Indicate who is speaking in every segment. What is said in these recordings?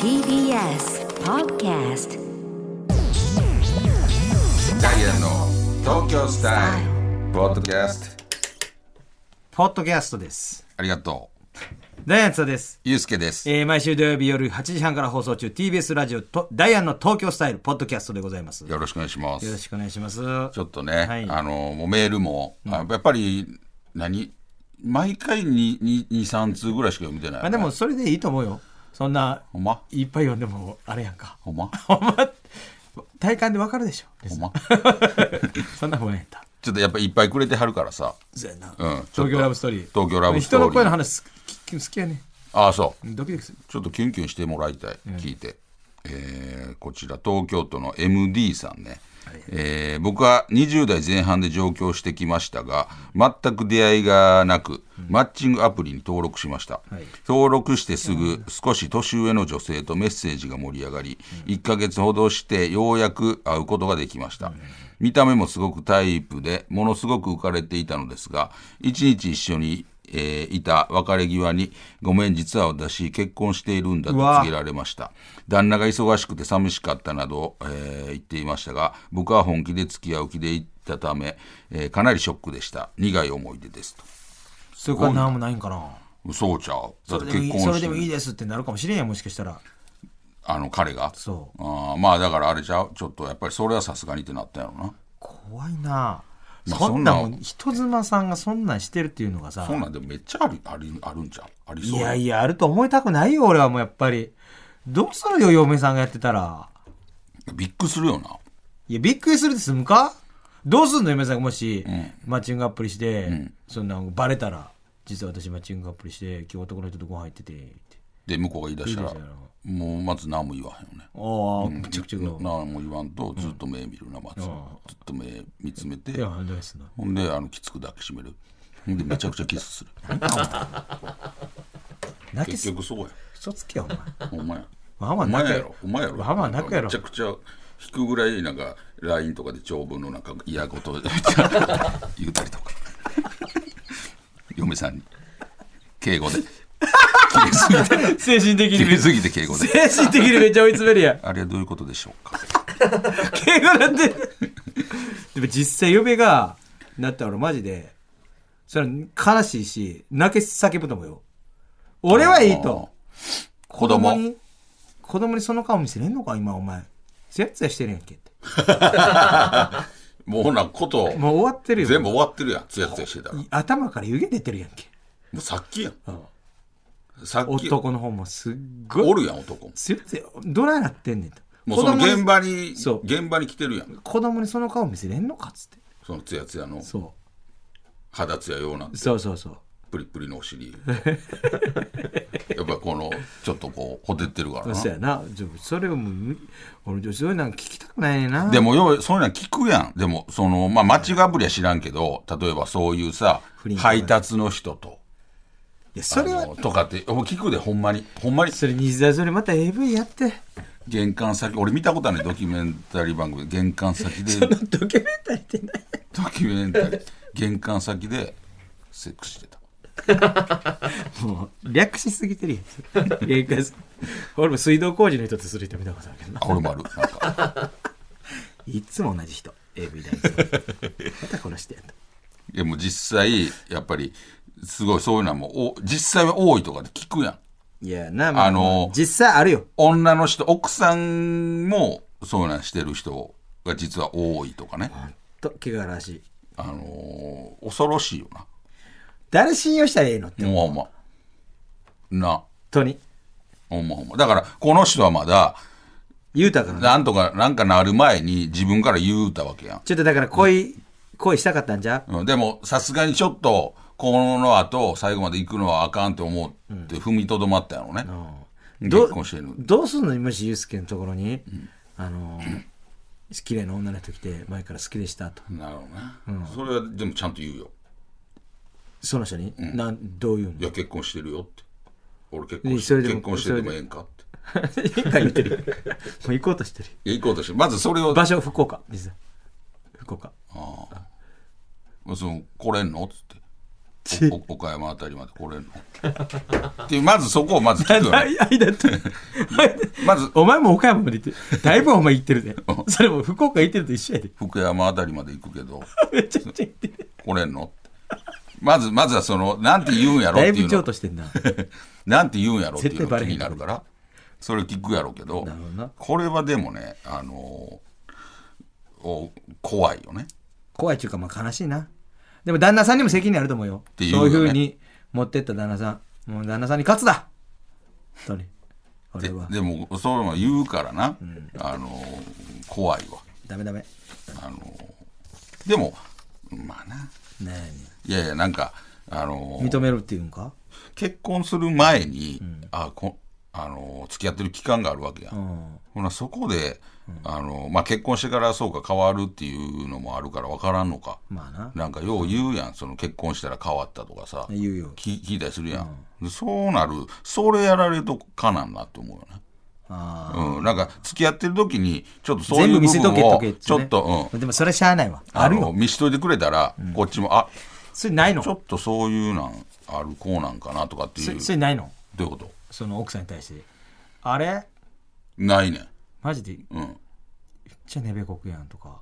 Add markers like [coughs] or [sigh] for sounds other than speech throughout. Speaker 1: TBS Podcast
Speaker 2: ダイアンの東京スタイルポッドキャスト
Speaker 3: ポッドキャストです。
Speaker 2: ありがとう
Speaker 3: ダイアンツァです。
Speaker 2: ゆうすけです
Speaker 3: えー毎週土曜日夜8時半から放送中、TBS ラジオと、ダイアンの東京スタイル、ポッドキャストでございます。よ
Speaker 2: よろしくお願いします
Speaker 3: ろしくお願いします。
Speaker 2: ちょっとね、
Speaker 3: はい
Speaker 2: あのもうメールも、あやっぱり何毎回にに二三通ぐらいしか読めてない、
Speaker 3: あでも、それでいいと思うよ。そんな、
Speaker 2: ほんま
Speaker 3: いっぱい読んでも、あれやんか。
Speaker 2: ほん
Speaker 3: [laughs]
Speaker 2: ま
Speaker 3: ほんま、体感でわかるでしょ。
Speaker 2: ほんま
Speaker 3: そんなもんやった。
Speaker 2: ちょっとやっぱりいっぱいくれてはるからさ
Speaker 3: そうやな。
Speaker 2: うんちょっと
Speaker 3: 東京ラブストーリー。
Speaker 2: 東京ラブストーリー
Speaker 3: 人の声の話好き、好きやね。
Speaker 2: ああそう
Speaker 3: ドキドキする。
Speaker 2: ちょっとキュンキュンしてもらいたい、聞いて、えーこちら東京都の MD さんね、えー僕は20代前半で上京してきましたが全く出会いがなく、マッチングアプリに登録しました、
Speaker 3: はい
Speaker 2: 登録してすぐ少し年上の女性とメッセージが盛り上がり、1ヶ月ほどしてようやく会うことができました、見た目もすごくタイプでものすごく浮かれていたのですが一日一緒に、えーいた別れ際に「ごめん実は私結婚しているんだ」と
Speaker 3: うわ
Speaker 2: 告げられました旦那が忙しくて寂しかったなど、えー言っていましたが僕は本気で付き合う気で行ったため、えーかなりショックでした苦い思い出です
Speaker 3: それから何もないんかな。
Speaker 2: とそうちゃうだ
Speaker 3: そ
Speaker 2: って
Speaker 3: れでもい
Speaker 2: 結婚
Speaker 3: いそれ
Speaker 2: して
Speaker 3: でもいい
Speaker 2: る
Speaker 3: ですってなるかもしれんやん、もしかしたら。
Speaker 2: あの彼が
Speaker 3: そう。
Speaker 2: あーまあだからあれちゃうちょっとやっぱりそれはさすがにってなったんやろな
Speaker 3: 怖いな、
Speaker 2: まあ
Speaker 3: そんな
Speaker 2: そ
Speaker 3: も
Speaker 2: んなん
Speaker 3: 人妻さんがそんなんしてるっていうのがさ
Speaker 2: そんなんでもめっちゃあるありあるんちゃうありそう
Speaker 3: いや
Speaker 2: や
Speaker 3: いやあると思いたくないよ俺はもうやっぱりどうするよ嫁さんがやってたら
Speaker 2: びっくりするよない
Speaker 3: やびっくりするって済むかどうすんの嫁さんがもし、マッチングアプリして、そんなんバレたら実は私マッチングアプリして今日男の人とご飯行っててって
Speaker 2: で向こうが言い出したら
Speaker 3: 言い出した
Speaker 2: もうまず何も言わへんよね
Speaker 3: ああめちゃくちゃご
Speaker 2: 何も言わんとずっと目見るなまずずっと目見つめて
Speaker 3: いやどうですな
Speaker 2: ほんであのきつく抱きしめるほんでめちゃくちゃキスする
Speaker 3: 泣き
Speaker 2: 結
Speaker 3: す
Speaker 2: 局そうや
Speaker 3: 嘘つけよお前
Speaker 2: お前
Speaker 3: ママ
Speaker 2: お前や
Speaker 3: 泣け
Speaker 2: ろお前やろ
Speaker 3: ママ泣くやろ
Speaker 2: めちゃくちゃ引くぐらいなんか LINE とかで長文のなんか嫌 [laughs] 事を言ったりとか [laughs] 嫁さんに敬語で切れすぎて
Speaker 3: 精神的
Speaker 2: 切れ
Speaker 3: に
Speaker 2: すぎて敬語で
Speaker 3: 精神的にめっちゃ追い詰めるやん
Speaker 2: あれはどういうことでしょうか
Speaker 3: 敬語なんて。 [laughs] でも実際嫁が、なったら俺マジで、それは悲しいし、泣け叫ぶと思うよ。俺はいいと。
Speaker 2: 子
Speaker 3: 子
Speaker 2: 供
Speaker 3: 供に、子供にその顔見せれんのか今お前。つやつやしてるやんけって。
Speaker 2: もうほなこと
Speaker 3: もう終わってるよ。
Speaker 2: 全部終わってるやんつやつやしてたらも
Speaker 3: 頭から湯気出てるやんけ。
Speaker 2: うさっきやんさっき
Speaker 3: 男の方もすっごい。
Speaker 2: おるやん男も
Speaker 3: つやつや、どないなってんねんと。
Speaker 2: もうその
Speaker 3: 子供に
Speaker 2: 現場に
Speaker 3: そう
Speaker 2: 現場に来てるやん
Speaker 3: 子供にその顔見せれんのかっつって。
Speaker 2: そのつやつやの
Speaker 3: そ
Speaker 2: 肌つやようなん
Speaker 3: う。
Speaker 2: て
Speaker 3: そうそうそう。
Speaker 2: プリプリのお
Speaker 3: [laughs]
Speaker 2: 尻やっぱこのちょっとこうほてってるから
Speaker 3: そう
Speaker 2: な
Speaker 3: やな。ちょそれをもう、俺、そういうなんか聞きたくないねんな。
Speaker 2: でもようそういうのは聞くやんでもそのまあマッチングアプリは知らんけど例えばそういうさ
Speaker 3: 不倫とかね
Speaker 2: 配達の人と
Speaker 3: いや、それ
Speaker 2: あ
Speaker 3: は、
Speaker 2: のとかってお聞くでほんまにほんまに
Speaker 3: それ西田それまた AV やって。
Speaker 2: 玄関先俺見たことあるねドキュメンタリー番組で玄関先
Speaker 3: [laughs]
Speaker 2: で
Speaker 3: その
Speaker 2: ド
Speaker 3: ドキュメンタリーってない
Speaker 2: キュメンタリー玄関先でセックスしてた
Speaker 3: もう、略しすぎてるやん。いや一回俺も水道工事の人とする人見たことあるけどな。
Speaker 2: あ俺もあるなんか
Speaker 3: いつも同じ人。AV 大好き。また殺してやった。
Speaker 2: いやもう実際やっぱりすごいそういうのはもうお実際は多いとかで聞くやん
Speaker 3: いや、な、ま
Speaker 2: あのー
Speaker 3: 実際あるよ。
Speaker 2: 女の人奥さんもそうなんしてる人が実は多いとかね、
Speaker 3: と、怪我らしい。
Speaker 2: あのー恐ろしいよな
Speaker 3: 誰信用したらええのって、本
Speaker 2: ほんまな
Speaker 3: 当に。
Speaker 2: ほんまほんまだからこの人はまだ
Speaker 3: 言うたからな。
Speaker 2: なんとかなんかなる前に自分から言うたわけやん
Speaker 3: ちょっとだから恋、恋したかったんじゃう
Speaker 2: うんでもさすがにちょっとこの後最後まで行くのはあかんって思って踏みとどまったやろね、
Speaker 3: ど
Speaker 2: 結婚してるの
Speaker 3: どうすんのもしユースケのところに、あの綺麗な女の人来て前から好きでしたと
Speaker 2: なるほどね、それはでもちゃんと言うよ
Speaker 3: その人に、なんどういう
Speaker 2: い
Speaker 3: の
Speaker 2: や結婚してるよって俺結婚し
Speaker 3: それでも
Speaker 2: 結婚しててもええんかって
Speaker 3: 一回言って
Speaker 2: [laughs]
Speaker 3: るよもう行こうとしてるよ
Speaker 2: いや行こうとしてまずそれを
Speaker 3: 場所福岡実は福岡
Speaker 2: その来れんのっつっておお岡山あたりまで来れるのっていうまずそこをまず聞くよ
Speaker 3: あ
Speaker 2: ね
Speaker 3: い間と
Speaker 2: [laughs] まず
Speaker 3: お前も岡山まで行ってだいぶお前行っ
Speaker 2: [laughs]
Speaker 3: てるでそれも福岡行ってると一緒やで
Speaker 2: 福山あたりまで行くけど
Speaker 3: めちゃくちゃ行ってる
Speaker 2: 来れんのってまずまずはそのなんて言うんやろ
Speaker 3: だい
Speaker 2: ってい
Speaker 3: ぶ
Speaker 2: う
Speaker 3: 譲
Speaker 2: の
Speaker 3: 渡してんな
Speaker 2: [laughs] なんて言うんやろっていう
Speaker 3: 絶
Speaker 2: の
Speaker 3: 対バ
Speaker 2: 気
Speaker 3: レへん
Speaker 2: になるからそれ聞くやろうけど
Speaker 3: なるほどな
Speaker 2: これはでもねあのーお怖いよね
Speaker 3: 怖いっていうかまあ悲しいなでも旦那さんにも責任あると思うよ
Speaker 2: ていうよ
Speaker 3: そう
Speaker 2: ね
Speaker 3: いうふうに持ってった旦那さんもう旦那さんに勝つだ本当に俺
Speaker 2: で
Speaker 3: は
Speaker 2: でもそれも言うからな、あのー怖いわ
Speaker 3: ダメダメ
Speaker 2: あのーでもまあな
Speaker 3: 何
Speaker 2: いやいやなんかあのー
Speaker 3: 認めるっていうんか
Speaker 2: 結婚する前に、あこあのー付き合ってる期間があるわけや、
Speaker 3: うん
Speaker 2: ほなそこで、あのまあ、結婚してからそうか変わるっていうのもあるから分からんのか、
Speaker 3: まあな
Speaker 2: なんかよう言うやんその結婚したら変わったとかさ
Speaker 3: 言うよ
Speaker 2: 聞聞いたりするやん、でそうなるそれやられるとかなんなって思うよね
Speaker 3: あ
Speaker 2: うん、なんか付き合ってる時にちょっとそういう
Speaker 3: 全
Speaker 2: 部
Speaker 3: 部見せとけ
Speaker 2: 分
Speaker 3: と
Speaker 2: を
Speaker 3: けっつってね
Speaker 2: ちょっと、うん
Speaker 3: あでもそれしゃあないわあ
Speaker 2: あ
Speaker 3: る
Speaker 2: の
Speaker 3: よ
Speaker 2: 見しといてくれたら、こっちもあ
Speaker 3: それないの
Speaker 2: ちょっとそういうなんある子なんかなとかっていう
Speaker 3: そそれないの
Speaker 2: どういうこと
Speaker 3: その奥さんに対してあれ
Speaker 2: ないね
Speaker 3: マジで
Speaker 2: んうん
Speaker 3: じゃねべこくやんとか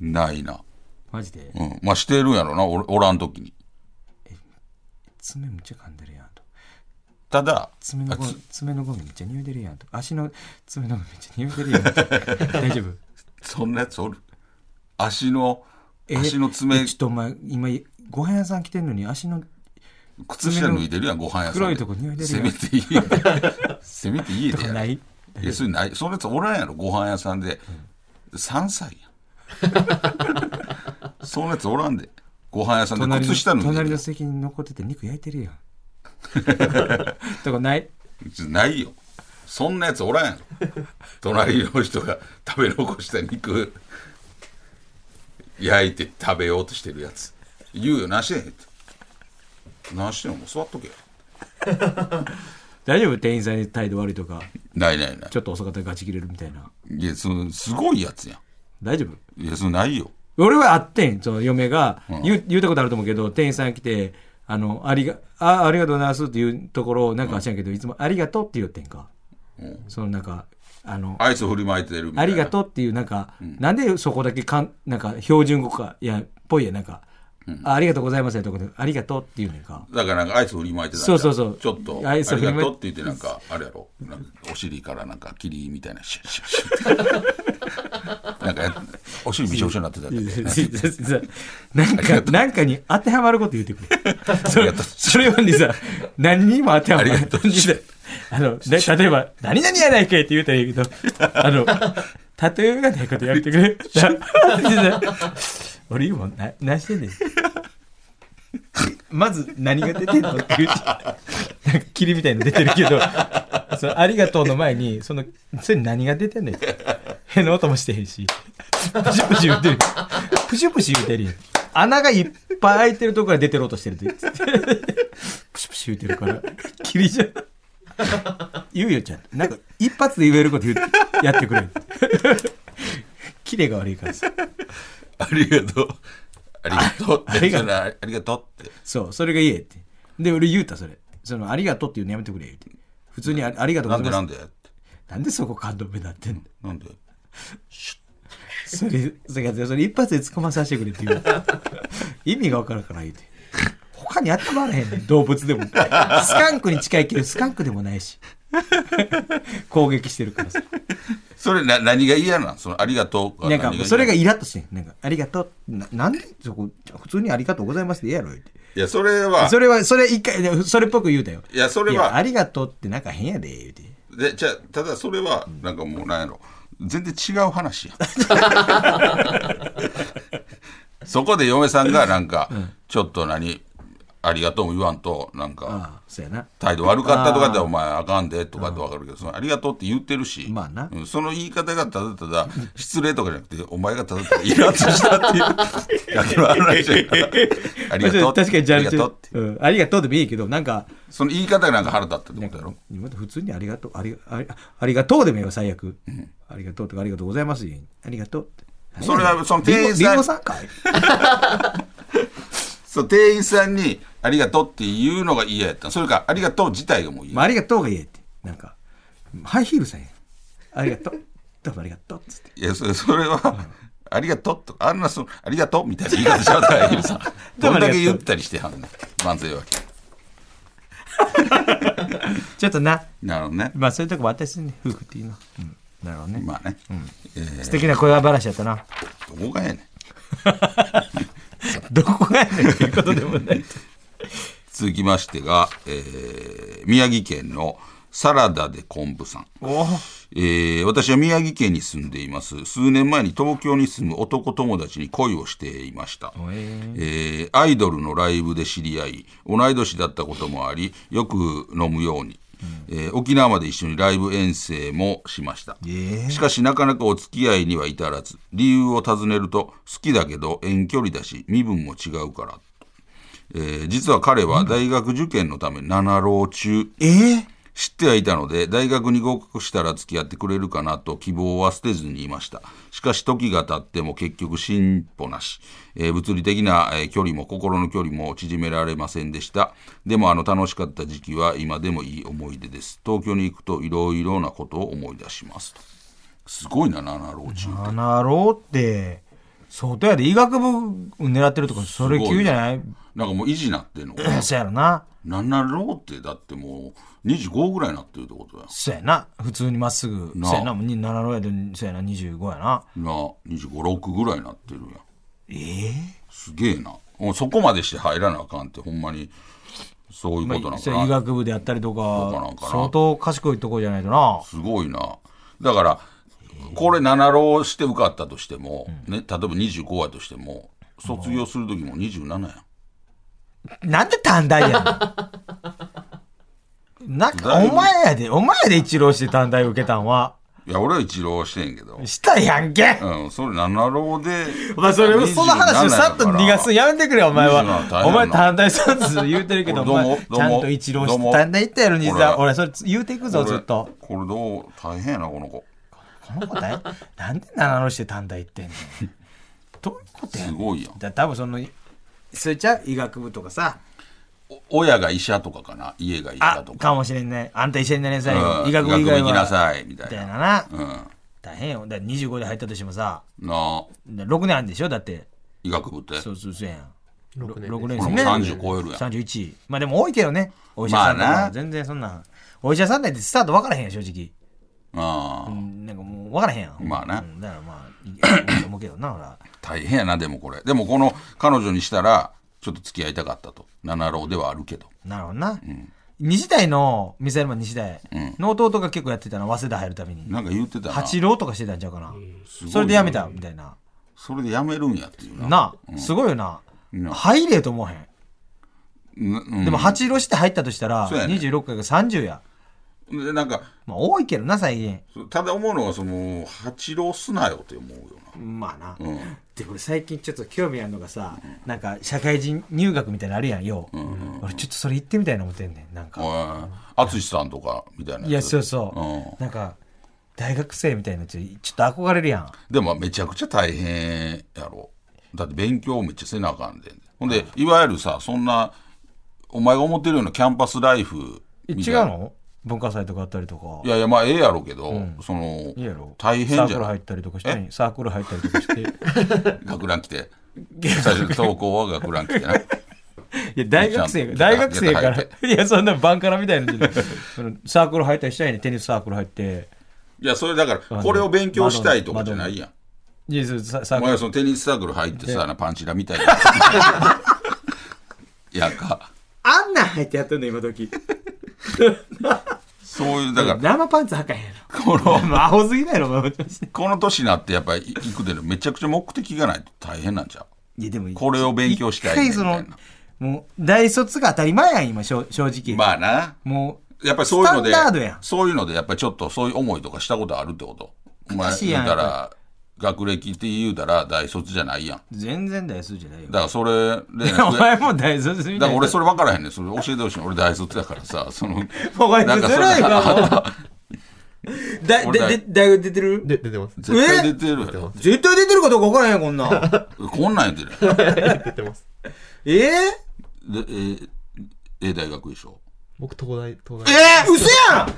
Speaker 2: ないな、
Speaker 3: マジで
Speaker 2: うん、まあしてるんやろなおおらん時に
Speaker 3: 爪むっちゃ噛んでるやんと
Speaker 2: ただ
Speaker 3: 爪
Speaker 2: あ
Speaker 3: のゴ
Speaker 2: つ
Speaker 3: ム爪のゴムめっちゃ匂い出るやんと足の爪のゴムめっちゃ匂い出るや
Speaker 2: [laughs]
Speaker 3: んと大丈夫
Speaker 2: そんなやつおる足の
Speaker 3: え
Speaker 2: 足の爪
Speaker 3: えちょっとお前今ご飯屋さん来てんのに足の
Speaker 2: 靴下脱いでるやんご飯屋さんで
Speaker 3: 黒いとこ匂い出る
Speaker 2: せ
Speaker 3: やん
Speaker 2: めて家で [laughs] せめて家
Speaker 3: と
Speaker 2: で
Speaker 3: か
Speaker 2: や
Speaker 3: な
Speaker 2: れ
Speaker 3: い
Speaker 2: いやそれないそんなやつおらんやろご飯屋さんで、3歳やん [laughs] そんなやつおらんでご飯屋さんで
Speaker 3: 隣
Speaker 2: 靴
Speaker 3: の
Speaker 2: 下脱いで
Speaker 3: 隣
Speaker 2: るや
Speaker 3: の
Speaker 2: ん
Speaker 3: 席に残ってて肉焼いてるやん [laughs] とかない
Speaker 2: ないよそんなやつおらんやろ隣の人が食べ残した肉焼いて食べようとしてるやつ言うよ何してんねんって何してんのもう座っとけよ
Speaker 3: 大丈夫店員さんに態度悪いとか
Speaker 2: ないないない
Speaker 3: ちょっと遅かったらガチ切れるみたいない
Speaker 2: やそのすごいやつや
Speaker 3: 大丈夫
Speaker 2: んいやそのないよ
Speaker 3: 俺はあってんその嫁が、言う言うたことあると思うけど店員さん来てあのありがあありがとうございますっていうところをなんか知らんけど、いつも「ありがとう」って言ってんか、そのなんかあの
Speaker 2: アイス振りまいてるみ
Speaker 3: 「
Speaker 2: た
Speaker 3: あ
Speaker 2: いな
Speaker 3: りがとう」っていうなんか、なんでそこだけかんなんか標準語かいやっぽいやなんか、あ「ありがとうございます」とこで「ありがとう」って言うねんか
Speaker 2: だからなんかアイス振りまいてたん
Speaker 3: そうそうそう
Speaker 2: ちょっと
Speaker 3: アイス
Speaker 2: あ
Speaker 3: 振
Speaker 2: り
Speaker 3: り
Speaker 2: が
Speaker 3: まい
Speaker 2: とうって言ってなんかあれやろなんかお尻からなんか霧みたいなシュッシュッシュッなんかやお尻びしょびしょになってたんだっけ
Speaker 3: [laughs] なんかなんかに当てはまること言ってくれそ
Speaker 2: り
Speaker 3: れ
Speaker 2: がとう
Speaker 3: それはにさ何にも当てはま
Speaker 2: あ
Speaker 3: ら
Speaker 2: りが
Speaker 3: ない
Speaker 2: とう
Speaker 3: あの、で例えば、何々やないかいって言うたらいいけど、あの、例えがないことやめてくれ。 [laughs] な俺今、な、なしてんねん。まず何が出てんのっていうし、なんか霧みたいの出てるけど、そのありがとうの前に、その、それ何が出てんねん。変な音もしてへんし、プシュプシュ言うてる。プシュプシュ言うてるやん。穴がいっぱい開いてるとこから出てる音してるって。プシュプシュ言うてるから、 [laughs] 霧じゃん。言うよちゃんなんか一発で言えること言うやってくれ [laughs] キレが悪いからさ
Speaker 2: ありがとう。ありがとうって。
Speaker 3: ありがとう
Speaker 2: ありがとうって。
Speaker 3: そうそれが言えってで俺言うたそれそのありがとうっていうのやめてくれ言うて普通にあありがとうご
Speaker 2: な
Speaker 3: ざ
Speaker 2: ん
Speaker 3: い
Speaker 2: で
Speaker 3: ます
Speaker 2: なんでって
Speaker 3: なんでそこ感動目なってんの
Speaker 2: なんで
Speaker 3: それそれそれ一発で突っ込まさせてくれって言う意味がわからんから言うて他に頭あらへんねん動物でもスカンクに近いけどスカンクでもないし [laughs] 攻撃してるからさ
Speaker 2: それな何が嫌なんそのありがとうが
Speaker 3: なん
Speaker 2: 何
Speaker 3: か、
Speaker 2: 嫌
Speaker 3: それがイラッとしてんなんか、ありがとう。ななんでそこ、普通にありがとうございますでええやろ、言うて。
Speaker 2: いや、それは、
Speaker 3: それは、それ一回、でそれっぽく言うたよ。
Speaker 2: いやそれは
Speaker 3: ありがとうってなんか変やで、言うて。
Speaker 2: でじゃあただそれは、なんかもうなんやろ。全然違う話
Speaker 3: [laughs]
Speaker 2: やん。そこで嫁さんがなんか、ちょっと何、ありがとうも言わんと、なんか、
Speaker 3: ああ、そうやな。
Speaker 2: 態度悪かったとかってお前あかんでとかってわかるけど、そのありがとうって言ってるし、
Speaker 3: まあな
Speaker 2: うんその言い方がただただ失礼とかじゃなくて、お前がただただイラッとしたってい
Speaker 3: [laughs]
Speaker 2: う、だけの話やからありがとう。
Speaker 3: 確かに、じゃ
Speaker 2: あ
Speaker 3: あ、
Speaker 2: りがとうって。
Speaker 3: うんありがとうでもいいけど、なんか、
Speaker 2: その言い方がなんか腹立ったってことやろ。
Speaker 3: また普通にありがとう、ありがありありがとうでもいいよ、最悪。ありがとうとか、ありがとうございますでいい。ありがとうって。
Speaker 2: それはその
Speaker 3: 店
Speaker 2: 店
Speaker 3: 員
Speaker 2: 員
Speaker 3: さん。リン
Speaker 2: さん
Speaker 3: ゴさんかい
Speaker 2: そう店員さんに「ありがとう」って言うのが嫌やったそれか「ありがとう」自体がもう嫌、
Speaker 3: まあ、ありがとうが言えって。なんか、ハイヒールさんやん。ありがとう。どうもありがとう。つって。
Speaker 2: いやそれそれは「ありがとう」とかあんなそ「ありがとう」みたいな言い方しちゃったら
Speaker 3: [laughs]
Speaker 2: いいさ
Speaker 3: ど
Speaker 2: ど
Speaker 3: うもあ
Speaker 2: ん
Speaker 3: りが
Speaker 2: だ
Speaker 3: と
Speaker 2: け
Speaker 3: う
Speaker 2: 言ったりしてはんねん万歳は
Speaker 3: ちょっとな、
Speaker 2: なるほどね
Speaker 3: まあそういうとこもあったりするね。夫婦っていうのは。うん。なるほどね。
Speaker 2: まあね、
Speaker 3: 素敵な恋話やったな。
Speaker 2: どこがやねん
Speaker 3: どこがやねんっていうことでもない。
Speaker 2: 続きましてが、えー宮城県のサラダで昆布さん
Speaker 3: [laughs] お
Speaker 2: えー私は宮城県に住んでいます数年前に東京に住む男友達に恋をしていました、えーアイドルのライブで知り合い同い年だったこともありよく飲むように、えー沖縄まで一緒にライブ遠征もしました、しかしなかなかお付き合いには至らず理由を尋ねると好きだけど遠距離だし身分も違うから、えー実は彼は大学受験のため七浪中
Speaker 3: えー、
Speaker 2: 知ってはいたので大学に合格したら付き合ってくれるかなと希望は捨てずにいましたしかし時が経っても結局進歩なし、えー物理的な、えー距離も心の距離も縮められませんでしたでもあの楽しかった時期は今でもいい思い出です東京に行くといろいろなことを思い出しますとすごいな七郎中
Speaker 3: あなろうって、相当やで医学部狙ってるとか、それ急じゃない
Speaker 2: なんかもう維持なってんの
Speaker 3: [laughs] そうやろな。
Speaker 2: 七郎ってだってもう25ぐらいになってるってことだよ
Speaker 3: そうやな。普通にまっすぐ。
Speaker 2: なあ
Speaker 3: そうやな。もうに7郎やで、そうやな。25やな。
Speaker 2: な256ぐらいになってるやん
Speaker 3: ええ
Speaker 2: すげえな。おそこまでして入らなあかんって、ほんまに、そういう
Speaker 3: ま
Speaker 2: ことな
Speaker 3: あ、
Speaker 2: んか
Speaker 3: そ
Speaker 2: な。
Speaker 3: うや医学部であったりと
Speaker 2: うなんか
Speaker 3: か
Speaker 2: な
Speaker 3: 相当賢いとこじゃないとな
Speaker 2: すごいな。だから、これ七浪して受かったとしても、ね、例えば25話としても、卒業する時も27やん。
Speaker 3: なんで短大やねんなんか
Speaker 2: だいぶ
Speaker 3: お前やでお前やで一浪して短大受けたんはい
Speaker 2: や、俺は一浪してんけど。
Speaker 3: したやんけ
Speaker 2: うん、それ七浪で。
Speaker 3: お前それその話をさっと逃がすのやめてくれよお
Speaker 2: 27
Speaker 3: 前は
Speaker 2: 大
Speaker 3: お
Speaker 2: 変やな
Speaker 3: 前短大卒言うてるけどお
Speaker 2: これ [laughs] どうも
Speaker 3: 前ちゃんと一浪し
Speaker 2: どうも
Speaker 3: て短大行ったやろ西田
Speaker 2: これ
Speaker 3: 俺それ言うていくぞずっと
Speaker 2: これ。これどう、大変やな、この子。
Speaker 3: この子だいなんで七浪して短大行ってんのどういうことやね
Speaker 2: す
Speaker 3: ん
Speaker 2: ごいやん。
Speaker 3: だ多分そのそれじゃ医学部とかさ
Speaker 2: お親が医者とかかな、家が医
Speaker 3: あ
Speaker 2: 者とか。
Speaker 3: かもしれんねあんた医者になりなさいよ、
Speaker 2: うん
Speaker 3: 医学部以外
Speaker 2: 医学部行
Speaker 3: は
Speaker 2: きなさいみ
Speaker 3: み
Speaker 2: たいな
Speaker 3: たいなな、
Speaker 2: うん。
Speaker 3: 大変よだって25で入ったとしてもさ
Speaker 2: なあ、
Speaker 3: 6年あるんでしょだって
Speaker 2: 医学部って。
Speaker 3: そうそうそうやん
Speaker 4: 六年
Speaker 3: 6年
Speaker 2: ほらもう30超えるやん。
Speaker 3: 31まあでも多いけどねお医者さんとか、
Speaker 2: まあな
Speaker 3: 全然そんなんお医者さんだってスタート分からへんやん正直、
Speaker 2: ああ
Speaker 3: うん、なんかもう分からへんやん
Speaker 2: まあな
Speaker 3: うんだからまあいいやと思うけどなほら
Speaker 2: 大変やなでもこれでもこの彼女にしたらちょっと付き合いたかったと七郎ではあるけど
Speaker 3: なるほどな、西大のミサイルマン西大
Speaker 2: ん
Speaker 3: の弟が結構やってたな早稲田入るために
Speaker 2: なんか言ってたな
Speaker 3: 八郎とかしてたんちゃうかな、
Speaker 2: ごい
Speaker 3: それでやめたみたいな
Speaker 2: それでやめるんやっていうな
Speaker 3: なあ、すごいよな。
Speaker 2: な
Speaker 3: 入れと思わへん。
Speaker 2: うんうん
Speaker 3: でも8路して入ったとしたら、
Speaker 2: そうやね
Speaker 3: 26回が30や。
Speaker 2: でなんか
Speaker 3: まあ多いけどな、最近。
Speaker 2: そうただ思うのはその八郎すなよって思うよ
Speaker 3: まあな。
Speaker 2: なうん
Speaker 3: で、俺最近ちょっと興味あるのがさ、なんか社会人入学みたいなのあるやん、よう。俺ちょっとそれ行ってみたいな思ってんねん。なんか。
Speaker 2: 淳さんとかみたいない
Speaker 3: や、そうそう。なんか、大学生みたいなやつ、ちょっと憧れるやん。
Speaker 2: うんでもめちゃくちゃ大変やろだって勉強めっちゃせなあかんでほんでいわゆるさそんなお前が思ってるようなキャンパスライフ
Speaker 3: え
Speaker 2: み
Speaker 3: 違
Speaker 2: たいな
Speaker 3: うの文化祭とかあったりとか
Speaker 2: い。やいやまあええやろうけど、その
Speaker 3: いいやろ
Speaker 2: 大変
Speaker 3: サー
Speaker 2: じ
Speaker 3: ク
Speaker 2: ゃ
Speaker 3: ル
Speaker 2: な
Speaker 3: 入
Speaker 2: い
Speaker 3: ったりとかして、サークル入ったりとか
Speaker 2: [laughs]
Speaker 3: して。い
Speaker 2: 学ラン来て最初の投稿は学ラン来
Speaker 3: [laughs]
Speaker 2: てな
Speaker 3: や、大学
Speaker 2: ちゃん
Speaker 3: 生、
Speaker 2: と
Speaker 3: 大学生か
Speaker 2: ちゃ
Speaker 3: ら
Speaker 2: んと入っ。
Speaker 3: いや、そんなバンカラみたいなのじゃない。そのサークル入ったりしたいね。テニスサークル入って。
Speaker 2: いやそれだからこれを勉強したいとかじゃないやん
Speaker 3: いやそうササー
Speaker 2: お
Speaker 3: クル
Speaker 2: 前はそのテニスサークル入ってさなパンチラみたいないやか
Speaker 3: あんなん入ってやってんの、今時。
Speaker 2: そういうだから
Speaker 3: 生パンツはかへんや
Speaker 2: この
Speaker 3: ろ。もうアホす [laughs] ぎないろ、お前も調子で
Speaker 2: この年になってやっぱり行くでめちゃくちゃ目的がないと大変なんちゃ
Speaker 3: いや、でも
Speaker 2: うこれを勉強したいね
Speaker 3: 一回
Speaker 2: みた
Speaker 3: そ
Speaker 2: い
Speaker 3: の
Speaker 2: な、
Speaker 3: もう、大卒が当たり前やん、今、しょ正直。
Speaker 2: まあな
Speaker 3: もう、
Speaker 2: やっぱりそういうので
Speaker 3: スタンダードやん
Speaker 2: そういうのでやっぱりちょっとそういう思いとかしたことあるってことお前
Speaker 3: 悔しいやん
Speaker 2: 言うた
Speaker 3: や
Speaker 2: ら学歴って言うたら大卒じゃないやん
Speaker 3: 全然大卒じゃないよ。
Speaker 2: だからそれで
Speaker 3: [laughs] お前も大卒みたいな。
Speaker 2: [laughs] だから俺それ分からへんねんそれ教えてほしい俺大卒だからさ [laughs] その
Speaker 3: お前
Speaker 2: なんか
Speaker 3: ずるいわ
Speaker 2: そんな
Speaker 3: もうだ、
Speaker 2: 俺
Speaker 3: で、で、大学出てる
Speaker 4: で出て
Speaker 2: [laughs]
Speaker 4: ます
Speaker 2: [laughs] 絶対出てるやろ
Speaker 3: 絶対出てるかどうか分からへんよこんなん。
Speaker 2: こんなんやってるやろ
Speaker 4: 出てます
Speaker 3: ええ
Speaker 2: でえーえー大学でしょ
Speaker 5: 僕東大東大
Speaker 3: えー、嘘やん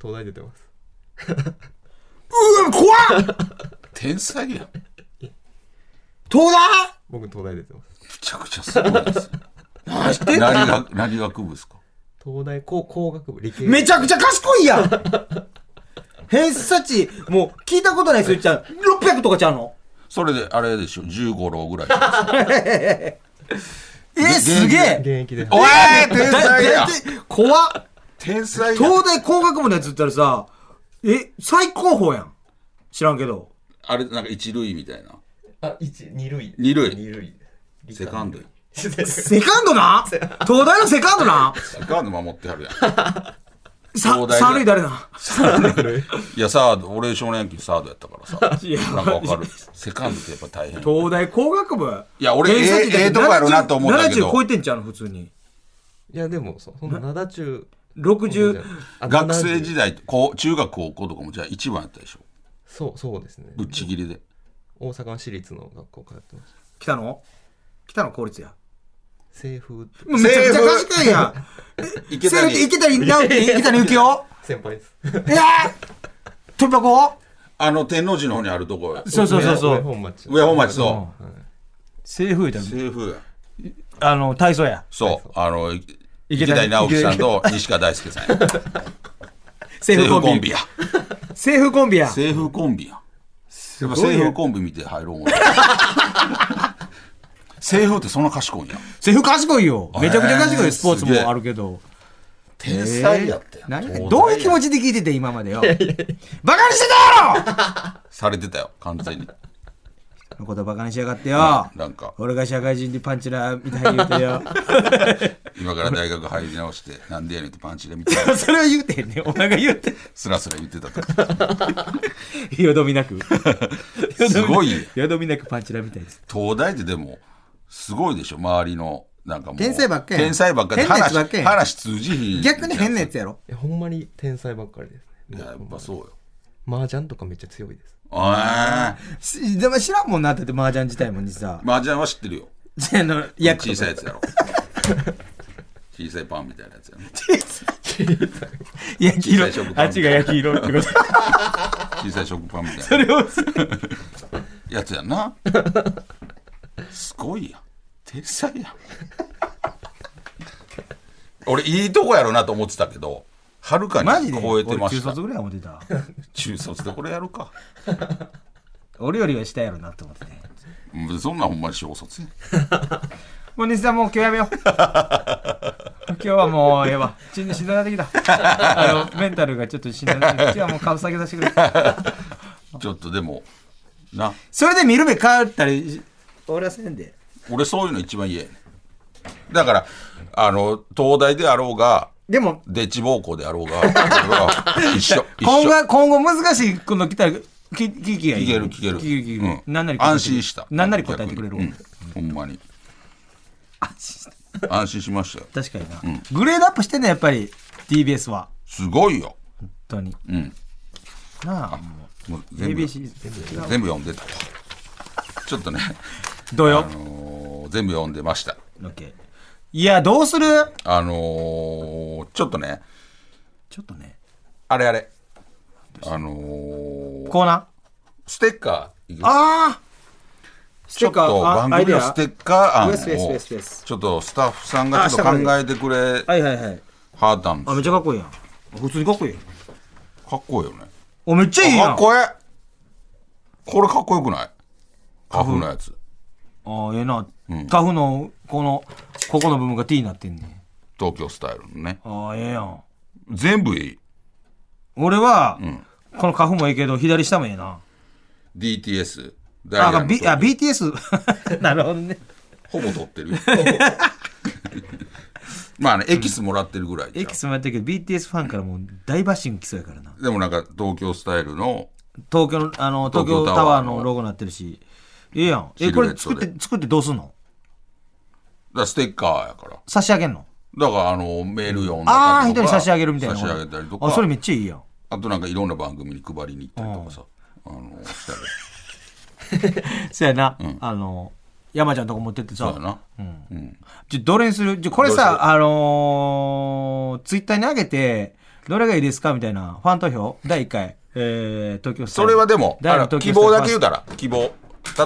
Speaker 5: 東大出てます
Speaker 3: うわ怖っ
Speaker 2: 天才やんめ
Speaker 3: 東大
Speaker 5: 僕東大出てます
Speaker 2: ちゃくちゃすごいですよ何が何学部ですか
Speaker 5: 東大工工学部理系
Speaker 3: めちゃくちゃ賢いやん偏差値、もう聞いたことない人言っちゃう。600とかちゃうの
Speaker 2: それであれでしょ15郎ぐらい
Speaker 3: えー、すげ
Speaker 5: 現
Speaker 3: え
Speaker 5: 役で
Speaker 2: [laughs] おい天
Speaker 3: だ
Speaker 2: 才や
Speaker 3: だ
Speaker 2: ん
Speaker 3: だ怖っ
Speaker 2: 天才やん
Speaker 3: 東大工学部のやつ言ったらさ、え、最高峰やん。知らんけど。
Speaker 2: あれなんか一類みたいな
Speaker 5: あ一二類
Speaker 2: 二類
Speaker 5: 二類理科
Speaker 2: セカンドやん
Speaker 3: セカンドな東大のセカンドな
Speaker 2: セカンド守ってはるやん
Speaker 3: さ
Speaker 2: 東大、
Speaker 3: 三塁誰ない
Speaker 2: やサード俺少年野球サードやったからさ
Speaker 3: いや
Speaker 2: なんかわかるセカンドってやっぱ大変
Speaker 3: 東大工学部
Speaker 2: いや俺
Speaker 3: 偏差値だけ
Speaker 2: ええええとこやろなと思ったけど
Speaker 3: 70超えてんちゃうの普通に。
Speaker 5: いやでもそそんな灘中
Speaker 3: 60、
Speaker 5: あ
Speaker 2: 学生
Speaker 5: 70
Speaker 2: 時代こう中学高校とかもじゃあ一番やったでしょ
Speaker 5: そうそうですね
Speaker 2: ぶっちぎりで
Speaker 5: 大阪の私立の学校通ってました
Speaker 3: 来たの来たの公立や。
Speaker 5: 西風って
Speaker 3: もうめちゃくちゃ賢い
Speaker 2: [laughs]
Speaker 3: やん。
Speaker 2: 池
Speaker 3: セーフ
Speaker 2: 谷
Speaker 3: って池谷直樹、池谷幸雄
Speaker 5: 先輩です
Speaker 3: えぇ取り箱
Speaker 2: あの天王寺の方にあるとこ
Speaker 3: そうそうそうそ
Speaker 5: 上
Speaker 3: う。
Speaker 5: 本町
Speaker 2: 上本町そ
Speaker 3: セーフ
Speaker 2: う政府や
Speaker 3: だあの、体操や。
Speaker 2: そうあのい
Speaker 3: 池
Speaker 2: 池
Speaker 3: 谷
Speaker 2: 谷直樹さんと西川大輔さんや
Speaker 3: [laughs] セー
Speaker 2: 政府
Speaker 3: フコ
Speaker 2: コ
Speaker 3: ン
Speaker 2: ン
Speaker 3: ビ
Speaker 2: ビ。や
Speaker 3: セーフコンビや。
Speaker 2: 政府コンビややっぱ
Speaker 3: ごいね
Speaker 2: 政府コンビ見て入
Speaker 3: [laughs]
Speaker 2: ろう思って政府ってそんな賢いんや
Speaker 3: セーフ賢いよ。めちゃくちゃ賢
Speaker 2: え
Speaker 3: い
Speaker 2: ー
Speaker 3: スポーツ
Speaker 2: すげえ
Speaker 3: もあるけど。
Speaker 2: 天才やって
Speaker 3: 何やどういう気持ちで聞いてて今までよ。バカにしてたや
Speaker 2: されてたよ完全に
Speaker 3: ろのことバカにしやがってよ。
Speaker 2: なんか
Speaker 3: 俺が社会人でパンチラみたいに言うて [laughs] よ。
Speaker 2: 今から大学入り直してなんでやねんってパンチでみたいな
Speaker 3: それは言うてへんねん。お前が言うて。
Speaker 2: スラスラ言ってたから
Speaker 3: よどみ [laughs] なく。
Speaker 2: すごいよ
Speaker 3: よどみなくパンチラみたいです。
Speaker 2: 東大ってでもすごいでしょ周りのなんかもう
Speaker 3: 天才ばっかやん
Speaker 2: 天才ばっかで
Speaker 3: 変なやつばっか
Speaker 2: 話
Speaker 3: やん
Speaker 2: 話通じひん
Speaker 3: 逆に変なやつやろ。
Speaker 5: いやほんまに天才ばっかりです
Speaker 2: い
Speaker 5: ね
Speaker 2: ややっぱそうよ
Speaker 5: 麻雀とかめっちゃ強いです
Speaker 2: あ
Speaker 3: しでも知らんもんなだって麻雀自体もにさ
Speaker 2: あ。麻雀は知ってるよ
Speaker 3: [laughs] あの、役
Speaker 2: 小さいやつやろ小さいパンみたいなやつやろ
Speaker 3: [laughs] 焼き
Speaker 2: 小
Speaker 3: 色
Speaker 2: さい食。パン
Speaker 3: あっちが焼き色ってこと。
Speaker 2: 小さい食パンみたいな
Speaker 3: それを
Speaker 2: やつやんなすごいやん天才やん俺いいとこやろうなと思ってたけどはるか
Speaker 3: マジ
Speaker 2: に
Speaker 3: で
Speaker 2: 超えてました
Speaker 3: 俺中卒ぐらい思ってた。
Speaker 2: 中卒でこれやるか
Speaker 3: 俺よりは下やろなと思ってて。
Speaker 2: うんそんなんほんまに小卒やん
Speaker 3: もう西さんもう今日やめよ
Speaker 2: [laughs]
Speaker 3: う。今日はもうええわ。ちんしんどなってきた。あの、メンタルがちょっとしんどなってきた。今日はもう株下げさせてくれ。
Speaker 2: ちょっとでもな
Speaker 3: それで見る目変わったり、俺はせんで。
Speaker 2: 俺そういうの一番嫌やねんだからあの東大であろうが
Speaker 3: でも、
Speaker 2: デッチ暴行であろうが [laughs] 俺は一
Speaker 3: [laughs]
Speaker 2: 緒一
Speaker 3: 今後
Speaker 2: 緒
Speaker 3: は、今後難しいの来たら、き、ききがい
Speaker 2: 聞
Speaker 3: い。
Speaker 2: ける聞ける
Speaker 3: 聞ける聞け
Speaker 2: う
Speaker 3: る。
Speaker 2: ん
Speaker 3: なんなり答えてくれる
Speaker 2: 安心した
Speaker 3: なんなり答えてくれる
Speaker 2: 逆。にうんほんまに安心しましたよ
Speaker 3: 確かにな、グレードアップしてんねやっぱり TBS は
Speaker 2: すごいよ
Speaker 3: 本当に
Speaker 2: うん
Speaker 3: なあも
Speaker 2: もう
Speaker 3: う
Speaker 2: 全部
Speaker 3: ABC
Speaker 2: 全部読んでたちょっとね、
Speaker 3: どうよ
Speaker 2: あ、のー全部読んでました
Speaker 3: オッケーいやどうする
Speaker 2: あのーちょっとね
Speaker 3: ちょっとね
Speaker 2: あれあれあのー
Speaker 3: コーナー
Speaker 2: ステッカーいきます
Speaker 3: ああス
Speaker 2: ちょっと番組のステッカー案
Speaker 3: ウエスウエスウエスウ
Speaker 2: を
Speaker 3: エス
Speaker 2: ちょっとスタッフさんがちょっと
Speaker 3: あ下
Speaker 2: 考
Speaker 3: ま
Speaker 2: えてくれ
Speaker 3: はいはいはい
Speaker 2: はったんで
Speaker 3: あめっ
Speaker 2: す
Speaker 3: ちゃかっこいいやん普通にかっこいいやん
Speaker 2: かっこいいよね
Speaker 3: おめっちゃいいやん
Speaker 2: かっこええこれかっこよくない花粉のやつ
Speaker 3: ああええな、カフのこのここの部分が T になってんね
Speaker 2: 東京スタイルのね
Speaker 3: ああええやん
Speaker 2: 全部いい
Speaker 3: 俺は、このカフもええけど左下もええな
Speaker 2: DTS ダイヤ
Speaker 3: あ
Speaker 2: の
Speaker 3: ビ
Speaker 2: 時
Speaker 3: あ BTS [laughs] なるほどね
Speaker 2: ほぼ取
Speaker 3: [laughs]
Speaker 2: ってるよまあねエキスもらってるぐらいじゃん
Speaker 3: エキスもやったけど BTS ファンからもう大バッシング来そうやからな
Speaker 2: でもなんか東京スタイルの
Speaker 3: 東京のあの東
Speaker 2: 東京
Speaker 3: 京タ
Speaker 2: タ
Speaker 3: ワ
Speaker 2: ワ
Speaker 3: ー
Speaker 2: ーの
Speaker 3: のロゴになってるしええやん
Speaker 2: シルエ
Speaker 3: え
Speaker 2: ッ
Speaker 3: こ
Speaker 2: トで
Speaker 3: れ作って作ってどうすんの
Speaker 2: だからステッカーやから
Speaker 3: 差し上げんの
Speaker 2: だからあのメール読んだりとか
Speaker 3: ああ一人差し上げるみたいな
Speaker 2: 差し上げたりとか
Speaker 3: あそれめっちゃいいやん
Speaker 2: あとなんかいろんな番組に配りに行ったりとかさ、あのしたら
Speaker 3: そやな、あの山ちゃんとこ持ってって
Speaker 2: そう
Speaker 3: さ
Speaker 2: やな。うん。
Speaker 3: じゃどれにするじゃこれさあのー、ツイッターに上げてどれがいいですかみたいなファン投票第1回、えー、東京スタ
Speaker 2: そ
Speaker 3: イル
Speaker 2: れはでも、
Speaker 3: 第
Speaker 2: あ
Speaker 3: 二
Speaker 2: の
Speaker 3: 東
Speaker 2: 希
Speaker 3: 京スタイ
Speaker 2: 望
Speaker 3: ル
Speaker 2: だけ言うたら、希望。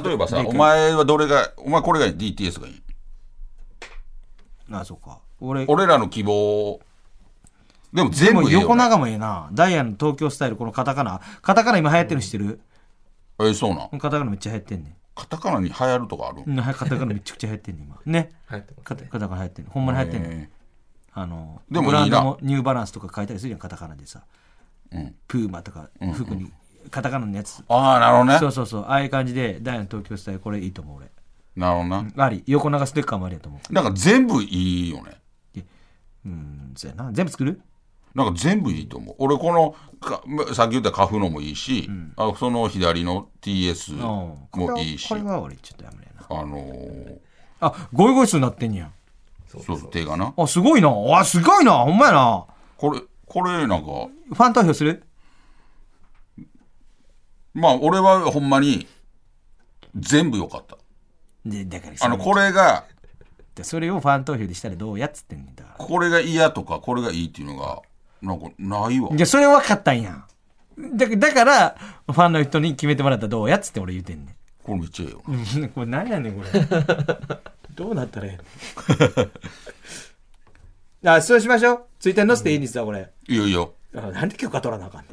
Speaker 2: 例えばさ、お前はどれが、お前これがいい、DTS がいい。
Speaker 3: あそうか俺
Speaker 2: 俺らの希望、でも
Speaker 3: で
Speaker 2: 全部
Speaker 3: も
Speaker 2: いいよ
Speaker 3: 横長もええなダイヤの東京スタイルこのカタカナカタカナ今流行ってるの知ってる、
Speaker 2: え、そうなん。
Speaker 3: カタカナめっちゃ流行ってんね
Speaker 2: カタカナに流行るとかある
Speaker 3: んうん [laughs] カタカナめちゃくちゃ流行ってんねん今ね
Speaker 5: 流行ってます
Speaker 3: カタカナ流行ってんねんほんまに流行ってんねん
Speaker 2: え
Speaker 3: あの
Speaker 2: でもいい
Speaker 3: ブ
Speaker 2: な
Speaker 3: ランドもニューバランスとか書いたりするやんカタカナでさ、プーマとか服にカタカナのやつ、
Speaker 2: ーああ、なるほどね
Speaker 3: そう。そうそうああいう感じでダイヤの東京スタイルこれいいと思う俺
Speaker 2: なるほどな。
Speaker 3: あり横長ステッカーもありやと思う
Speaker 2: なんか全部いいよね。
Speaker 3: うんそうやな全部作る
Speaker 2: なんか全部いいと思う。俺このか、さっき言ったカフのもいいし、あその左の TS
Speaker 3: うん
Speaker 2: も
Speaker 3: これはい
Speaker 2: いし、
Speaker 3: これ
Speaker 2: あ
Speaker 3: は俺ちょっとやめれな
Speaker 2: のー、
Speaker 3: あゴイゴイスーになってんねや
Speaker 2: そうそう、手がな。
Speaker 3: あすごいなあすごいなほんまやな
Speaker 2: これ、これなんか、
Speaker 3: ファン投票する
Speaker 2: まあ俺はほんまに全部良かった。
Speaker 3: でだから
Speaker 2: あの、これが、
Speaker 3: れそれをファン投票でしたらどうやっつってんねんだか
Speaker 2: これが嫌とか、これがいいっていうのが、なんかないわ
Speaker 3: ら。じゃあそれ分かったんやだだからファンの人に決めてもらったらどうやっつって俺言うてんねん
Speaker 2: これめっちゃええよな。
Speaker 3: うん [laughs] これ何やねんこれ [laughs] どうなったらええの [laughs] あそうしましょうツイッターに載せていいんですよこれ
Speaker 2: いいよいいよ。
Speaker 3: あなんで許可取らなあかん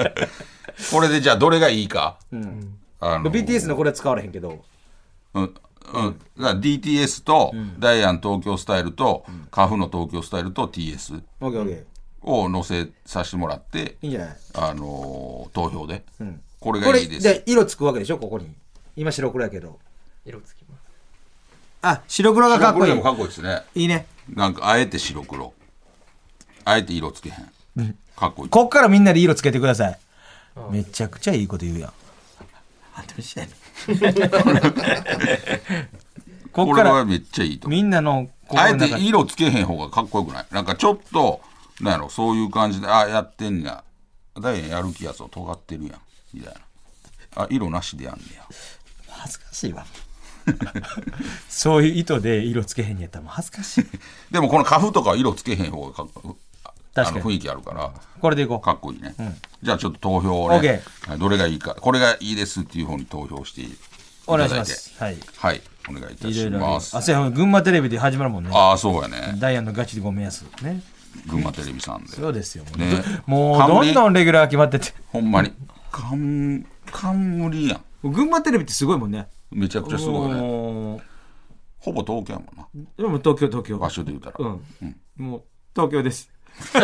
Speaker 3: ね
Speaker 2: これでじゃあどれがいいか。
Speaker 3: ん
Speaker 2: あ
Speaker 3: ん
Speaker 2: の
Speaker 3: BTS のこれは使われへんけど
Speaker 2: うん、うん、だから DTS と、ダイアン東京スタイルと、カフの東京スタイルと TS
Speaker 3: オッケーオッケー
Speaker 2: を載せさせてもらって、
Speaker 3: いいんじゃない
Speaker 2: あのー投票で、
Speaker 3: ん
Speaker 2: これ
Speaker 3: こ
Speaker 2: がい
Speaker 3: れ
Speaker 2: いで
Speaker 3: じゃあ
Speaker 2: す
Speaker 3: 色つくわけでしょここに今白黒やけど
Speaker 5: 色つきます。
Speaker 3: あ白黒がか
Speaker 2: 白
Speaker 3: っこ
Speaker 2: 黒
Speaker 3: い
Speaker 2: で
Speaker 3: い
Speaker 2: もかっこいいですね
Speaker 3: いいね
Speaker 2: なんかあえて白黒あえて色つけへん、かっこいい
Speaker 3: こっからみんなで色つけてくださいめちゃくちゃいいこと言うやんあどうしたやねん [laughs] こ
Speaker 2: こ
Speaker 3: っ
Speaker 2: れ
Speaker 3: から
Speaker 2: はめっちゃいいと思
Speaker 3: みんなの
Speaker 2: うあ
Speaker 3: 心
Speaker 2: え
Speaker 3: の中
Speaker 2: て
Speaker 3: に
Speaker 2: 色つけへん方がかっこよくないなんかちょっとなんやろそういう感じであやってんやダイアンやる気やつを尖ってるやんみたいなあ色なしでやんねや
Speaker 3: 恥ずかしいわ [laughs] そういう意図で色つけへんやったらもう恥ずかしい
Speaker 2: でもこのカフとかは色つけへん方がかっこあ
Speaker 3: 確かに
Speaker 2: の雰囲気あるから
Speaker 3: これでいこう
Speaker 2: かっこいいね、じゃあちょっと投票をね
Speaker 3: OK、
Speaker 2: はいどれがいいかこれがいいですっていう方に投票してい
Speaker 3: お
Speaker 2: ただ
Speaker 3: 願
Speaker 2: い
Speaker 3: い
Speaker 2: て
Speaker 3: しますはい
Speaker 2: はいお願いいた
Speaker 3: いろ
Speaker 2: し
Speaker 3: いろあ
Speaker 2: ま
Speaker 3: る
Speaker 2: す
Speaker 3: あそうや群馬テレビで始まるもんね
Speaker 2: ああそうやね
Speaker 3: ダイアンのガチでごめんやすね
Speaker 2: 群馬テレビさんで
Speaker 3: そうですよもう,、
Speaker 2: ね
Speaker 3: もうど
Speaker 2: 冠
Speaker 3: んどんレギュラー決まってて
Speaker 2: ほんまに冠冠やん
Speaker 3: 群馬テレビってすごいもんね
Speaker 2: めちゃくちゃすごいね
Speaker 3: も
Speaker 2: ほぼ東京やもんな
Speaker 3: うでも東京東京
Speaker 2: 場所で言うたら、
Speaker 3: うん、もう東京です [laughs]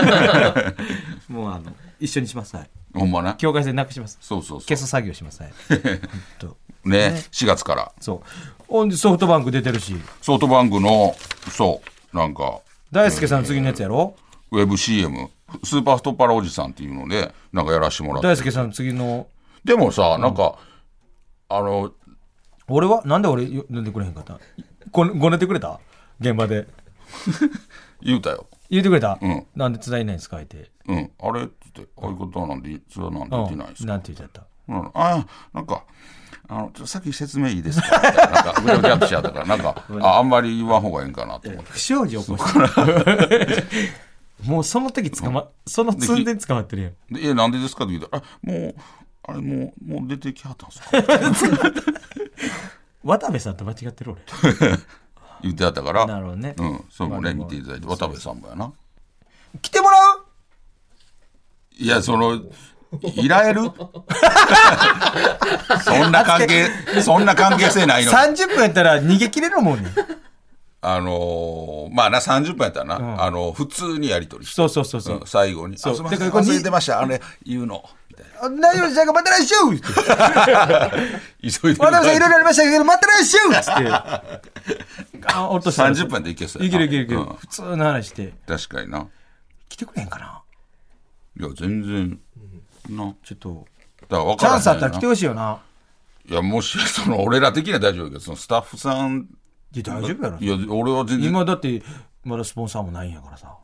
Speaker 3: もうあの一緒にしますはい
Speaker 2: ほんまね
Speaker 3: 境界線なくします
Speaker 2: そうそうそ
Speaker 3: 消す作業しますはいほんと
Speaker 2: うね4月から
Speaker 3: そうほんでソフトバンク出てるし
Speaker 2: ソフトバンクのそうなんか
Speaker 3: 大輔さん次のやつやろ
Speaker 2: ウェブ CM スーパーストッパラおじさんっていうのでなんかやらしてもらって
Speaker 3: 大輔さん次の
Speaker 2: でもさなんか、あの
Speaker 3: 俺はなんで俺よ呼んでくれへんかったごごねてくれた現場で
Speaker 2: 言うたよ
Speaker 3: 言ってくれた、
Speaker 2: ん
Speaker 3: なんで伝えないんですか相手
Speaker 2: うんあれって言ってああいうことはなんでそれはなんで言ってないんですか、
Speaker 3: なんて言っちゃった
Speaker 2: うん、ああなんかあのちょっとさっき説明いいですかみ [laughs] たいななんかぐちゃぐちゃっとしちゃったからなんかああんまり言わん方がいいんかなと思って
Speaker 3: 不祥事起こした
Speaker 2: [laughs]
Speaker 3: もうその時捕まその寸前捕まってるやん
Speaker 2: でえなんでですかって言うたらあもうあれもうもう出てきはったん
Speaker 3: [laughs]
Speaker 2: ですか
Speaker 3: 渡部さんと間違ってる俺
Speaker 2: 言ってはったから
Speaker 3: なるほどね
Speaker 2: うんそれも
Speaker 3: まあ
Speaker 2: ね
Speaker 3: でも
Speaker 2: 見ていただいて渡部さんもやな
Speaker 3: 来てもらう
Speaker 2: いや、その、いられる [laughs] そんな関係、そんな関係性ないの。
Speaker 3: 30分やったら逃げ切れる
Speaker 2: [laughs]
Speaker 3: もんね
Speaker 2: あのーまあな、30分やったらな、あの普通にやりとりして、
Speaker 3: そうそうそうそう
Speaker 2: うん最後に、あ
Speaker 3: そう
Speaker 2: すみません、
Speaker 3: だからこれ
Speaker 2: 忘れてました、あれ、言うの。みたいな
Speaker 3: あ大丈夫じゃん待ってないっしょって
Speaker 2: 急いで。
Speaker 3: 渡辺さんいろいろありましたけど待ってないっし
Speaker 2: [laughs]
Speaker 3: ょっつってあ落とした
Speaker 2: 30分でいけそうやない
Speaker 3: けるいける
Speaker 2: う
Speaker 3: いける、
Speaker 2: ん
Speaker 3: 普通の話して
Speaker 2: 確かにな。
Speaker 3: 来てくれへんかない
Speaker 2: や、全然、な。
Speaker 3: ちょっと
Speaker 2: だから分から
Speaker 3: チャ
Speaker 2: へん
Speaker 3: ンスあったら来て
Speaker 2: い
Speaker 3: ほしいよな
Speaker 2: や、もし、その、俺ら的には大丈夫やけど、そのスタッフさん、
Speaker 3: いや大丈夫やろ
Speaker 2: いや、俺は全然、
Speaker 3: 今だってまだスポンサーもないんやからさ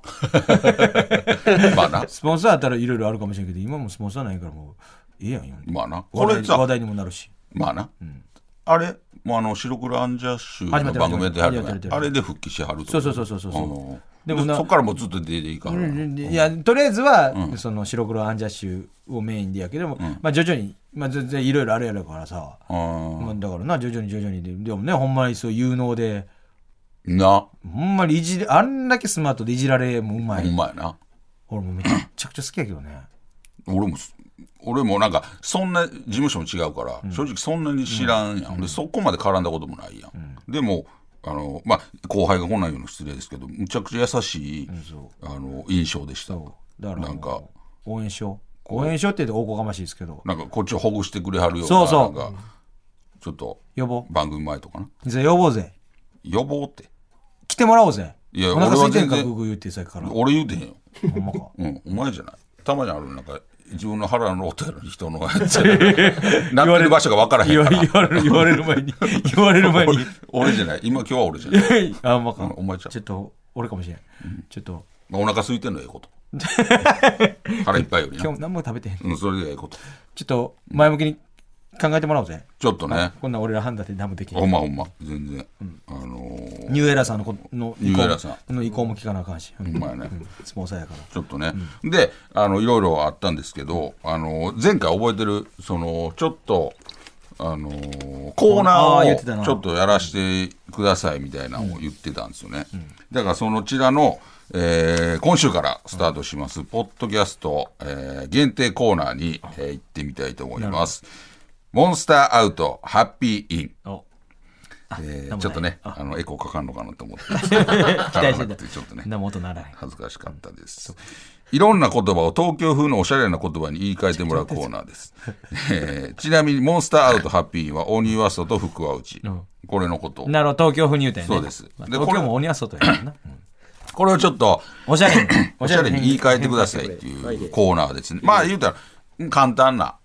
Speaker 2: まあな、
Speaker 3: スポンサーあったらいろいろあるかもしれんけど今もスポンサーないからもうええやんよ
Speaker 2: まあな。
Speaker 3: 話
Speaker 2: こ
Speaker 3: 題
Speaker 2: れさ
Speaker 3: 話、題にもなるし
Speaker 2: まあな、あれもうあの白黒アンジャッシュの番組やってはるよ
Speaker 3: 始まって
Speaker 2: ね
Speaker 3: る
Speaker 2: あれで復帰しはるって
Speaker 3: そ
Speaker 2: こ
Speaker 3: う
Speaker 2: と
Speaker 3: そうそうそうそう
Speaker 2: うん
Speaker 3: で
Speaker 2: で
Speaker 3: もな
Speaker 2: そっからもうずっと出ていかはるの
Speaker 3: いやとりあえずは、その白黒アンジャッシュをメインでやけども、まあ、徐々に、まあ、全然いろいろあるやろからさ、
Speaker 2: あ
Speaker 3: まあ、だからな徐々に徐々にででもねほんまにそう有能で
Speaker 2: ーな
Speaker 3: ほんまにいじれあんだけスマートでいじられもうまい、
Speaker 2: ほんまやな
Speaker 3: 俺もめちゃくちゃ好きやけどね
Speaker 2: 俺もす俺もなんかそんな事務所も違うから、正直そんなに知らんやん、でそこまで絡んだこともないやん、でもあの、まあ、後輩が来ないような失礼ですけどむちゃくちゃ優しい、あの印象でした
Speaker 3: そうだから
Speaker 2: なんか
Speaker 3: もう応援しよう応援しようって言うとおこがましいですけど
Speaker 2: なんかこっちをほぐしてくれはるような
Speaker 3: そうそう
Speaker 2: なんかちょっと
Speaker 3: 呼ぼ
Speaker 2: 番組前とかな
Speaker 3: うじゃあ呼ぼうぜ
Speaker 2: 予防って
Speaker 3: 来てもらおうぜ
Speaker 2: いや
Speaker 3: お腹
Speaker 2: 俺はい
Speaker 3: 空て
Speaker 2: 全
Speaker 3: ん
Speaker 2: 然
Speaker 3: かグーグー言ってさっ
Speaker 2: [laughs]
Speaker 3: きから
Speaker 2: 俺言うてへんよ、
Speaker 3: ほんまか
Speaker 2: うん、お前じゃないたまにあるなんか自分の腹のローテルに人のやつ
Speaker 3: [laughs]
Speaker 2: なってる場所が分からへ
Speaker 3: 言
Speaker 2: ん
Speaker 3: わ
Speaker 2: か
Speaker 3: れ
Speaker 2: ら
Speaker 3: 言われる言われる前に言われる前に
Speaker 2: [laughs] 俺俺じゃない今今日は俺じゃない
Speaker 3: [laughs] あほんまか
Speaker 2: お前ちゃう
Speaker 3: ちょっと俺かもしれんちょっと
Speaker 2: まあお腹空いてんのええこと
Speaker 3: [laughs]
Speaker 2: 腹いっぱいよりな
Speaker 3: 今日何も食べてへん
Speaker 2: うん、それでええこと
Speaker 3: ちょっと前向きに考えてもらおうぜ
Speaker 2: ちょっとね
Speaker 3: こんな俺ら判断で何もできへ
Speaker 2: ほ
Speaker 3: ん
Speaker 2: んまほんま全然、あのー
Speaker 3: ニューエラーさんのことの意
Speaker 2: ニュ
Speaker 3: 向
Speaker 2: ーエラーさ
Speaker 3: の意向も聞かなあかんしうん
Speaker 2: ほんまやね、
Speaker 3: スポンサーやから
Speaker 2: ちょっとね、であのいろいろあったんですけどあの前回覚えてるそのちょっとあのコー
Speaker 3: あ
Speaker 2: ナ
Speaker 3: ー言ってた
Speaker 2: ー
Speaker 3: な
Speaker 2: をちょっとやらせてくださいみたいなのを言ってたんですよね、だからそのちらの、えー今週からスタートします、ポッドキャスト、えー限定コーナーに、えー行ってみたいと思いますモンスターアウトハッピーイン
Speaker 3: お
Speaker 2: えー
Speaker 3: なんもない
Speaker 2: ちょっとねあのエコーかかんのかなと思って
Speaker 3: [laughs] 期待して
Speaker 2: 絡まなく
Speaker 3: た
Speaker 2: [laughs] ちょっとね
Speaker 3: 何も音ならへん
Speaker 2: 恥ずかしかったです。いろんな言葉を東京風のおしゃれな言葉に言い換えてもらうコーナーです。えーちなみに、モンスターアウトハッピーは、鬼は外、福は内
Speaker 3: ん。
Speaker 2: これのこと。
Speaker 3: なるほど、東京風に言うたんやね。
Speaker 2: そうです
Speaker 3: まあ
Speaker 2: で
Speaker 3: 東京
Speaker 2: これ
Speaker 3: も鬼は外やからな。うん
Speaker 2: これをちょっと、
Speaker 3: おしゃれに
Speaker 2: [coughs] おしゃれに言い換えてくださいっていうコーナーですね。まあ、言うたらうん、簡単な、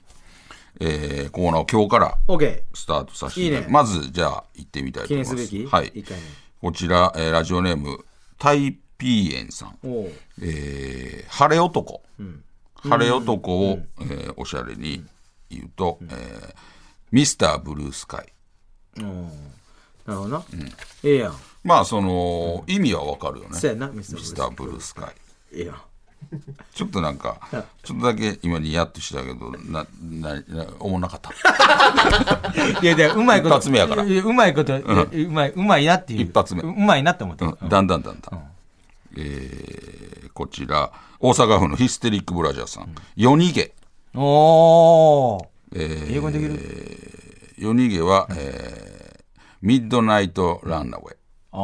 Speaker 2: えーコーナーを今日から
Speaker 6: オッケ
Speaker 2: スタートさせていただき
Speaker 6: いいね
Speaker 2: まず、じゃあ、行ってみたいと
Speaker 6: 記
Speaker 2: 思い
Speaker 6: 念
Speaker 2: ますす。
Speaker 6: べき
Speaker 2: はい
Speaker 6: 一。回
Speaker 2: こちら、えーラジオネーム、タイピーエンさん。
Speaker 6: 目おう
Speaker 2: えー晴れ男、晴れ男を、えーおしゃれに言うと、えーミスターブルースカイ
Speaker 6: なるほどなええやん
Speaker 2: まあその、意味はわかるよね
Speaker 6: そうやなミスターブルースカイ
Speaker 2: ミスターブ
Speaker 6: え
Speaker 2: ルースカイ
Speaker 6: えやん
Speaker 2: ちょっとなんかちょっとだけ今ニヤッとしたけどななな思わなかった
Speaker 3: いやいや、うまいこと。
Speaker 2: 一発目やから
Speaker 3: いいうまいこと、いやうまい、うまいなっていう。
Speaker 2: 一発目
Speaker 3: うまいなって思った。
Speaker 2: うんだんだんだんだん、えーこちら大阪府のヒステリックブラジャーさん、夜逃げ
Speaker 3: おー。
Speaker 2: えー
Speaker 3: 英語にできる
Speaker 2: 夜逃げは、えーミッドナイトランナウェイ
Speaker 3: あ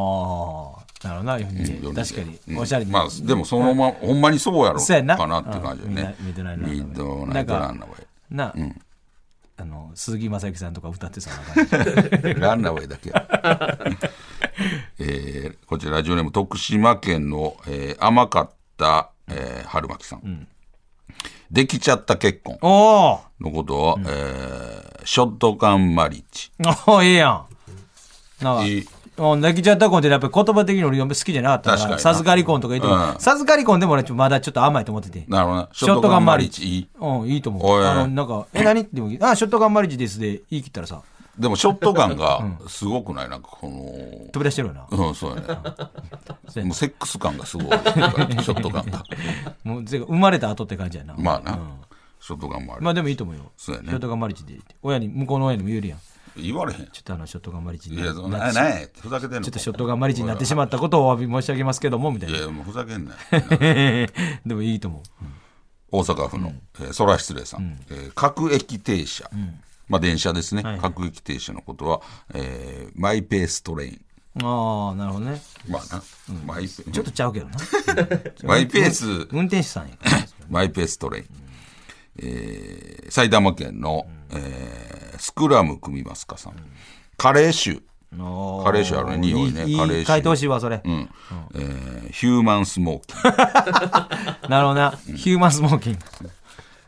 Speaker 3: ー。なるほどな、日本人
Speaker 2: うん
Speaker 3: 確かに。
Speaker 2: うん
Speaker 3: おしゃれに。
Speaker 2: まあでもそのままほんまにそうやろ
Speaker 3: そうやな
Speaker 2: かなっていう感じだよね
Speaker 3: うんミッドナイトランナウェ
Speaker 2: ミ
Speaker 3: イ
Speaker 2: ッドナイトランナウェ
Speaker 3: な、あの、鈴木雅之さんとか歌ってそうな感じ。
Speaker 2: イランナウェイだけや [laughs] えーこちらラジオネーム徳島県の、えー甘かった、えー春巻さん、できちゃった結婚
Speaker 3: おー。 [laughs]
Speaker 2: のことを、えーショットガンマリッジ
Speaker 3: おー、いいやん。なんか
Speaker 2: いい
Speaker 3: うん泣きちゃった婚ってやっぱり言葉的に俺好きじゃなかったか、
Speaker 2: 確からにな
Speaker 3: 授かり婚とか言っても
Speaker 2: う、ん
Speaker 3: 授かり婚でも俺ちょっとまだちょっと甘いと思ってて。
Speaker 2: なるほどな
Speaker 3: ショットガンマリッ
Speaker 2: ショットガンマいい
Speaker 3: ジ。うん、いいと思
Speaker 2: お
Speaker 3: う。
Speaker 2: い
Speaker 3: あの、なんか、え、何って言っても、あ、ショットガンマリッジですで言い切ったらさ、
Speaker 2: でもショットガンがすごくないなんかこの
Speaker 3: 飛び出してるよな。
Speaker 2: うん、そうやね。もうセックス感がすごい。ショットガンが。
Speaker 3: もう、ぜ生まれた後って感じやな。
Speaker 2: まあな。ショットガンもある。
Speaker 3: まあでもいいと思うよ。
Speaker 2: そうやね
Speaker 3: ショットガンマリッジで言って。親に、向こうの親にも言えるやん。ち
Speaker 2: 言われへん。
Speaker 3: ょっとあの、ショットガンマリッジで。
Speaker 2: いや、そん
Speaker 3: な
Speaker 2: な、
Speaker 3: ちょ
Speaker 2: ない。ふざけてんの
Speaker 3: っとショットガンマリッジになってしまったことをお詫び申し上げますけども、みたい
Speaker 2: い
Speaker 3: な。
Speaker 2: や、もうふざけんなよ。
Speaker 3: [laughs] でもいいと思う。
Speaker 2: 大阪府の、えー空失礼さん、えー各駅停車、まあ電車ですね、各駅停車のことは、えーマイペーストレイン
Speaker 3: ああ、なるほどね。
Speaker 2: まあな、マイペ
Speaker 3: ちょっとちゃうけどな。
Speaker 2: [laughs] マイペース、
Speaker 3: 運転手さんや
Speaker 2: [laughs]
Speaker 3: から。
Speaker 2: マイペーストレイン、えー埼玉県の、えースクラム組ますかさん、カレー臭カ
Speaker 3: カ
Speaker 2: レー臭あるね匂いねカレー臭
Speaker 3: 書いてほしいわ、それ。
Speaker 2: うんえーヒューマンスモーキー。
Speaker 3: なるほどな。ヒューマンスモーキング。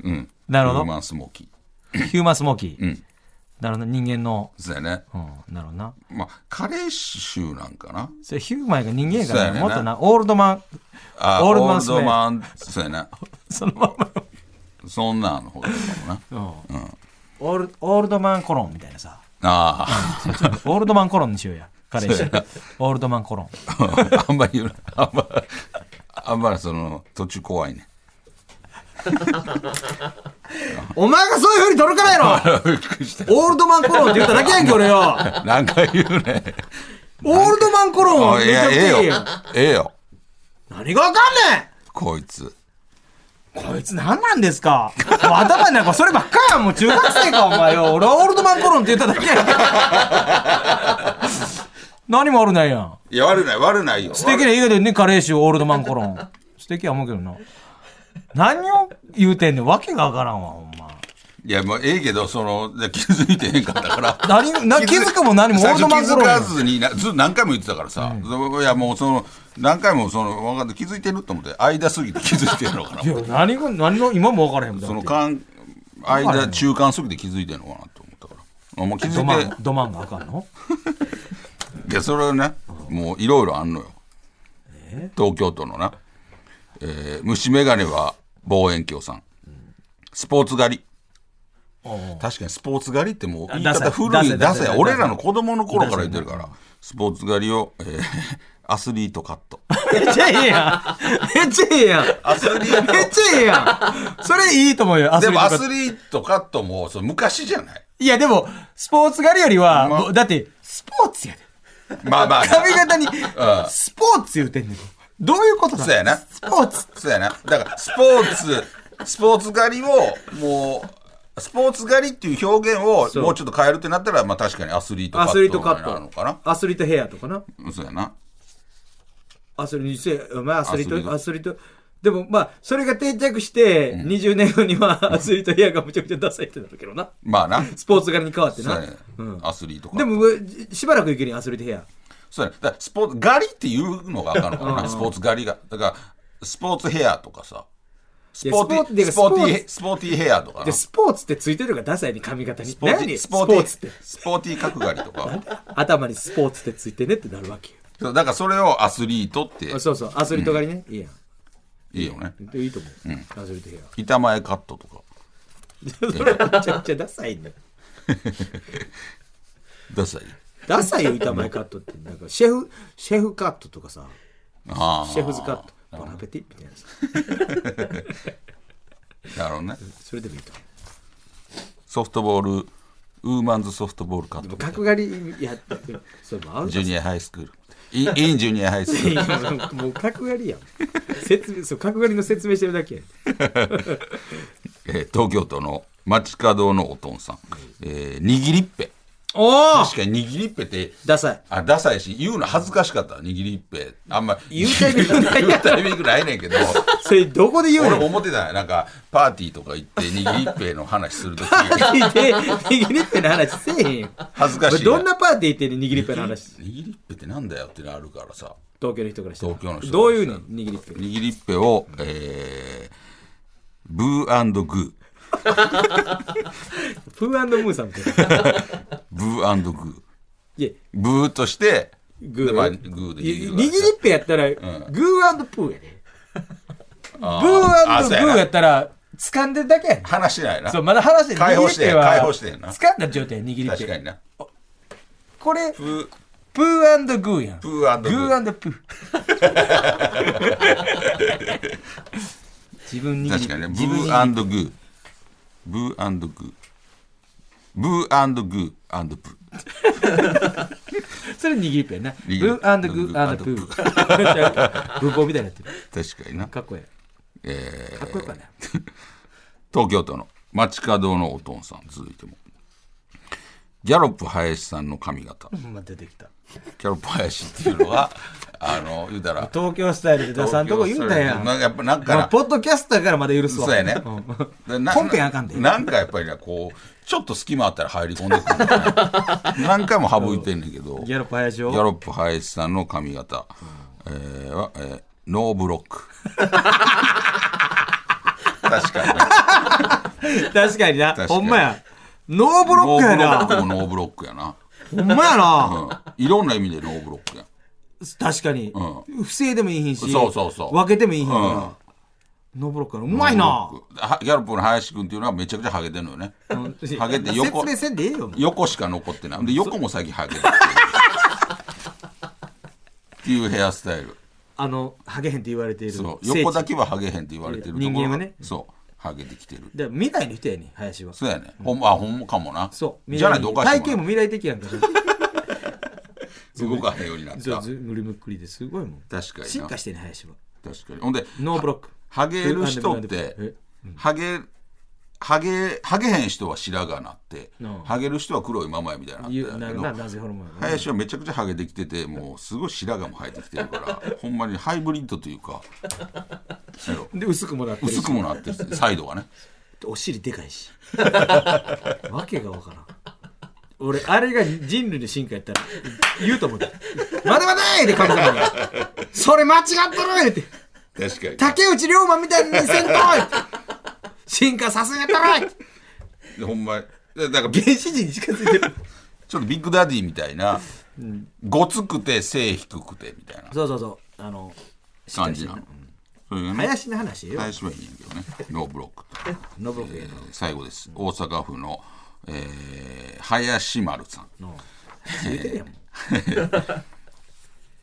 Speaker 2: うん、
Speaker 3: なる
Speaker 2: ヒュ
Speaker 3: ほ
Speaker 2: ー
Speaker 3: ど。
Speaker 2: マンスモーキー。
Speaker 3: ヒューマンスモーキー。なるほど、人間の。
Speaker 2: そうやね。
Speaker 3: うん、なるほどな。
Speaker 2: まあ、カレー臭なんかな。
Speaker 3: それヒューマンが人間やから
Speaker 2: そうや
Speaker 3: な
Speaker 2: ねん
Speaker 3: も
Speaker 2: な
Speaker 3: っとな、オールドマン、
Speaker 2: あ
Speaker 3: オ
Speaker 2: オ
Speaker 3: ー
Speaker 2: ー
Speaker 3: ル
Speaker 2: ル
Speaker 3: ド
Speaker 2: ド
Speaker 3: マ
Speaker 2: マ
Speaker 3: ン
Speaker 2: ン
Speaker 3: ス
Speaker 2: スそ
Speaker 3: モーキー
Speaker 2: うやな。
Speaker 3: [laughs] そのまま。
Speaker 2: そんなんの方だもんな。
Speaker 3: オール、オールドマンコロンみたいなさ。
Speaker 2: あ
Speaker 4: [laughs] オールドマンコロンにしようや。彼氏。オールドマンコロン。
Speaker 2: [laughs] ああんまり言うなあんまあんまりその途中怖いね
Speaker 3: お前がそういう風に取るからやろオールドマンコロンって言っただけやんけ、
Speaker 2: [laughs]
Speaker 3: 俺よ。
Speaker 2: 何回言う
Speaker 3: [laughs]
Speaker 2: ね
Speaker 3: オールドマンコロンは
Speaker 2: あ
Speaker 3: め
Speaker 2: い
Speaker 3: ちゃ
Speaker 2: や
Speaker 3: く
Speaker 2: え
Speaker 3: ちゃい
Speaker 2: え
Speaker 3: い
Speaker 2: よ
Speaker 3: よ。
Speaker 2: ええよ
Speaker 3: 何がわかんね
Speaker 2: こいつ
Speaker 3: えこいつ何なんですかもう頭になんかそればっかやん。もう中学生か、お前よ。俺はオールドマンコロンって言っただ
Speaker 2: [laughs]
Speaker 3: けやんけ。
Speaker 4: 何も悪ないやん。
Speaker 2: いや悪ない悪ないよ
Speaker 4: 素敵な家でね、カレー臭、オールドマンコロン。素敵や思うけどな。何を言うてんねん。わけがわからんわ、ほんま。
Speaker 2: いやもうええけどそので気づいてへんかった
Speaker 3: [laughs]
Speaker 2: から
Speaker 4: 何、な気づくも何もオー
Speaker 2: 最
Speaker 4: ルド
Speaker 2: 初気
Speaker 4: マンコ
Speaker 2: づ
Speaker 4: ロンや
Speaker 2: か
Speaker 4: ん。
Speaker 2: ずになず何回も言ってたからさ、いやもうその何回もその分かんない気づいてると思って間過ぎて気づいてるのかない
Speaker 4: や、何が、何の、今もわからへんもん。
Speaker 2: その
Speaker 4: だって
Speaker 2: 間間中間過ぎて気づいてるのかなと思ったからあもう気
Speaker 4: ドマ
Speaker 2: づい
Speaker 4: ン、ドマンがあかんの
Speaker 2: ていやそれはねもういろいろあんのよ東京都のな、えー虫眼鏡は望遠鏡さんスポーツ狩り確かにスポーツ狩りってもう言い方古い
Speaker 4: ダ
Speaker 2: ダ
Speaker 4: サいダサいダサい
Speaker 2: サい俺らの子供の頃から言ってるからスポーツ狩りを、えー [laughs] アスリートカット
Speaker 4: めっちゃいいや
Speaker 3: めっちゃいいやん。めっ
Speaker 2: アスリート
Speaker 3: ちゃいいや
Speaker 4: ん。それいいと思うよ、アス
Speaker 2: で
Speaker 4: リー
Speaker 2: も
Speaker 4: ト
Speaker 2: ア
Speaker 4: が
Speaker 2: スリートカットもそう昔じゃない
Speaker 4: いや、でも、スポーツ狩りよりは、
Speaker 2: ま
Speaker 4: もうだって、スポーツやで。
Speaker 2: まあまあ [laughs]
Speaker 4: 髪型に、
Speaker 2: ん
Speaker 4: スポーツ言うてんねん。どういうことだ
Speaker 2: そうやな
Speaker 4: スポーツ。
Speaker 2: そうやなだからスポーツスポーツ狩りをもうスポーツ狩りっていう表現をもうちょっと変えるってなったらまあ確かにアスリート
Speaker 3: ん。ア
Speaker 2: カ
Speaker 3: スリートカ
Speaker 2: ッ
Speaker 3: ッ
Speaker 2: トなのか
Speaker 3: ト
Speaker 2: な。
Speaker 3: アスリートヘアとかな。
Speaker 2: そうやな
Speaker 3: アスリート、お前アスリート、ア
Speaker 2: ア
Speaker 3: スリート。でもまあ、それが定着して、20年後にはアスリートヘアがむちゃくちゃダサいってなるけどな。
Speaker 2: まあな
Speaker 3: スポーツ柄に変わって
Speaker 2: そうや
Speaker 3: な
Speaker 2: ね。アスリートカッ
Speaker 3: で
Speaker 2: ト
Speaker 3: も、しばらくいけるやん、アスリートヘア。
Speaker 2: そうやねだからスポーツ狩りっていうのがあかんのかなスポーツ狩りがだからスポーツヘアとかさスポーテ
Speaker 3: いや
Speaker 2: ィ
Speaker 3: ス
Speaker 2: ス
Speaker 3: ポ
Speaker 2: ポ
Speaker 3: ー
Speaker 2: ー
Speaker 3: ツ
Speaker 2: テ
Speaker 3: っていうか
Speaker 2: ィスポーティヘアとかな
Speaker 3: で、スポーツってついてるからダサいね、髪型に。ス
Speaker 2: スポーティ
Speaker 3: 何
Speaker 2: ス
Speaker 3: ス
Speaker 2: ポ
Speaker 3: ポ
Speaker 2: ーティ
Speaker 3: ーツって。
Speaker 2: スポーティ角刈りとか
Speaker 3: 頭にスポーツってついてねってなるわけよ
Speaker 2: そうだからそれをアスリートって
Speaker 3: あ。そうそう、アスリート狩りね。いいや
Speaker 2: いいよね
Speaker 3: ん。いいと思う。アスリートヘア。
Speaker 2: 板前カットとか
Speaker 3: [laughs] それめちゃくちゃダサいね。
Speaker 2: ダサい
Speaker 3: ダサいよ、板前カットって。なんか、シェフ、シェフカットとかさ、
Speaker 2: ああ
Speaker 3: シェフズカット、ボナペティみたいなさ。
Speaker 2: なるほどね
Speaker 3: それでもいいと思う。
Speaker 2: ソフトボールウーマンズソフトボールカッ
Speaker 3: で
Speaker 2: ト
Speaker 3: も、角刈りやって、それも合う
Speaker 2: ジュニアハイスクールインインジュニアハイス
Speaker 3: [laughs]
Speaker 2: クール
Speaker 3: かもう角刈りやん。説明、そう、角刈りの説明してるだけやん。
Speaker 2: えー東京都の街角のおとんさん、えー、握りっぺ
Speaker 3: お
Speaker 2: 確かに握りっぺって
Speaker 3: ダサい。
Speaker 2: あダサいし言うの恥ずかしかった握りっぺあんま
Speaker 3: 言うタイミングないやろ
Speaker 2: [laughs] 言うタイミングないねんけど
Speaker 3: それどこで言う
Speaker 2: 俺
Speaker 3: の
Speaker 2: も思ってたよなんかパーティーとか行って握りっぺの話する
Speaker 3: [laughs]
Speaker 2: とき
Speaker 3: 握り握りっぺの話せえへんよ
Speaker 2: 恥ずかしい
Speaker 3: どんなパーティー行ってんねん握りっぺの
Speaker 2: 握
Speaker 3: 話
Speaker 2: りっぺってなんだよってのあるからさ
Speaker 3: 東京の人からしたら
Speaker 2: 東京の人
Speaker 3: どういうねん握りっぺ
Speaker 2: 握りっぺを、えー、ブーグー
Speaker 3: プームーさんみ
Speaker 2: [laughs]
Speaker 3: たいな
Speaker 2: ブーグー
Speaker 3: いや
Speaker 2: ブーとして
Speaker 3: グ
Speaker 2: で
Speaker 3: ー
Speaker 2: まあ、グーで
Speaker 3: いや
Speaker 2: 握る
Speaker 3: 握りっぺやったらグープーやね
Speaker 2: あ
Speaker 3: ブ
Speaker 2: あ
Speaker 3: ー
Speaker 2: そう
Speaker 3: グー
Speaker 2: や
Speaker 3: や
Speaker 2: な
Speaker 3: ったら掴んでるだけやねん
Speaker 2: 話してないな
Speaker 4: そう、まだ話して
Speaker 2: 解放して
Speaker 4: 握り手は
Speaker 2: 解放してんな
Speaker 4: 掴んだ状態、握り
Speaker 2: 確か
Speaker 4: 手。
Speaker 2: にな
Speaker 4: これ、
Speaker 2: ブー
Speaker 4: プーグーやん。
Speaker 2: ブーグ
Speaker 4: グ
Speaker 2: ー
Speaker 4: ー
Speaker 2: [laughs]
Speaker 4: プー。自分握り
Speaker 2: 確かにねブ
Speaker 4: 自分握り
Speaker 2: ーグーブーグーブーグーアンドプー
Speaker 4: それ握りっぺやな。ブ
Speaker 2: り
Speaker 4: ーグープー。文法みたいになってる。
Speaker 2: 確かにな
Speaker 4: かっこえ
Speaker 2: え
Speaker 4: え。かっこよかね。
Speaker 2: ー東京都の街角のおとんさん続いてもギャロップ林さんの髪型ギ
Speaker 4: ほんま出てきた。
Speaker 2: ャロップ林っていうのは [laughs] あの言うたら
Speaker 4: 東京スタイルで出さんとこ言うたやん。
Speaker 2: 東京スタイルなんかやっぱなんかな
Speaker 4: まあポッドキャスターからまだ許すわ。
Speaker 2: そうやね
Speaker 4: ん。
Speaker 2: でな
Speaker 4: 本編あかんで
Speaker 2: なんかやっぱりねこうちょっと隙間あったら入り込んでくるみたいな [laughs] 何回も省いてんねんけど
Speaker 4: ギャロップ林
Speaker 2: ギャ
Speaker 4: を。
Speaker 2: ロップ林さんの髪型、えーは、えーノーブロック確かにね
Speaker 4: 確かにな。
Speaker 2: 確か
Speaker 4: ほ
Speaker 2: に
Speaker 4: んまや。ノーブロッ
Speaker 2: ノ
Speaker 4: クや
Speaker 2: ー
Speaker 4: な。
Speaker 2: ブロックもノーブロックやな、
Speaker 4: ほんまやな。
Speaker 2: うん、いろんな意味でノーブロックや
Speaker 4: 確かに。
Speaker 2: う
Speaker 4: 不正でもいいひんし。
Speaker 2: そうそうそう
Speaker 4: 分けてもいいひん
Speaker 2: うん
Speaker 4: か
Speaker 3: ノーブロックやろうまいな
Speaker 2: はギャロップの林君っていうのはめちゃくちゃハゲてんのよねハゲて横
Speaker 3: 説明せんでええよもう
Speaker 2: 横しか残ってないで横も先ハゲてるっていうっていうヘアスタイル
Speaker 3: あのハゲへんって言われている
Speaker 2: そう
Speaker 3: 聖地
Speaker 2: 横だけはハゲへんって言われてるところ
Speaker 3: 人間はね
Speaker 2: そうハゲてきてる
Speaker 3: で未来の人やねん林は
Speaker 2: そうやねほんまあほんまかもな
Speaker 3: そう
Speaker 2: じゃないとおかしい
Speaker 3: 体型も未来的やんか
Speaker 2: [laughs] 動かへんようになっ
Speaker 3: そう
Speaker 2: た
Speaker 3: ずむりむっくりですごいもん
Speaker 2: 確かにな
Speaker 3: 進化してんねん林は
Speaker 2: 確かにほんで
Speaker 3: ノーブロック
Speaker 2: ハゲる人って
Speaker 3: え
Speaker 2: ハゲハゲハゲへん人は白髪なって
Speaker 3: うん
Speaker 2: ハゲる人は黒いままやみたい
Speaker 3: 言
Speaker 2: に
Speaker 3: う
Speaker 2: な
Speaker 3: な
Speaker 2: って
Speaker 3: る
Speaker 2: んやけど
Speaker 3: な男性ホルモンやから
Speaker 2: 林はめちゃくちゃハゲてきててもうすごい白髪も生えてきてるから
Speaker 3: [laughs]
Speaker 2: ほんまにハイブリッドというかやろ
Speaker 3: で薄くもらってるし
Speaker 2: 薄くもなってるしサイドがね
Speaker 3: お尻でかいしわけがわからん俺あれが人類の進化やったら言うと思った「まだまだい!」で神様が「それ間違っとる!」って
Speaker 2: 確かに
Speaker 3: 竹内涼真みたいにせんとい進化させんやったろい
Speaker 2: でほんまだから
Speaker 3: [laughs]
Speaker 2: び
Speaker 3: 原始人に近づいてる
Speaker 2: ちょっとビッグダディみたいな、ごつくて背低くてみたいな
Speaker 3: そうそうそうあの
Speaker 2: 感じなのそれがね
Speaker 3: 林の話よ
Speaker 2: 林はいいんやけどねノーブロックと
Speaker 3: ノブロケ
Speaker 2: えー最後です大阪府の、えー林丸さん
Speaker 3: の言うてるやん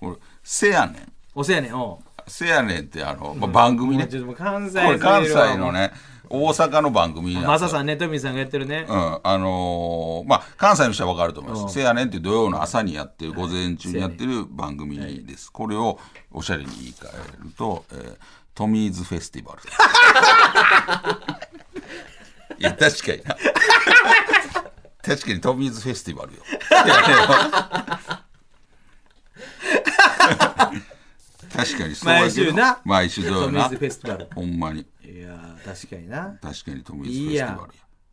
Speaker 2: これせやねん
Speaker 3: おせやねんおう
Speaker 2: せやねんってあの、まあ、番組ね
Speaker 3: ちょっともう関西
Speaker 2: これ関
Speaker 3: すぎるわ
Speaker 2: 西のね大阪の番組なんですよ
Speaker 3: マサさんねトミーさんがやってるね
Speaker 2: うん、あのーまあ関西の人は分かると思います「せやねん」っていう土曜の朝にやってる午前中にやってる番組です、これをおしゃれに言い換えると、えートミーズフェスティ
Speaker 3: [laughs]
Speaker 2: バルいや確かにな確かにトミーズフェスティバルよいやでも [laughs] 確かにそうやけど
Speaker 3: 毎週な
Speaker 2: 毎週土曜
Speaker 3: トミー
Speaker 2: な
Speaker 3: ズフェスティバ
Speaker 2: ほんまに
Speaker 3: ルいやー確かにな
Speaker 2: 確かにトミーズフェスティバルや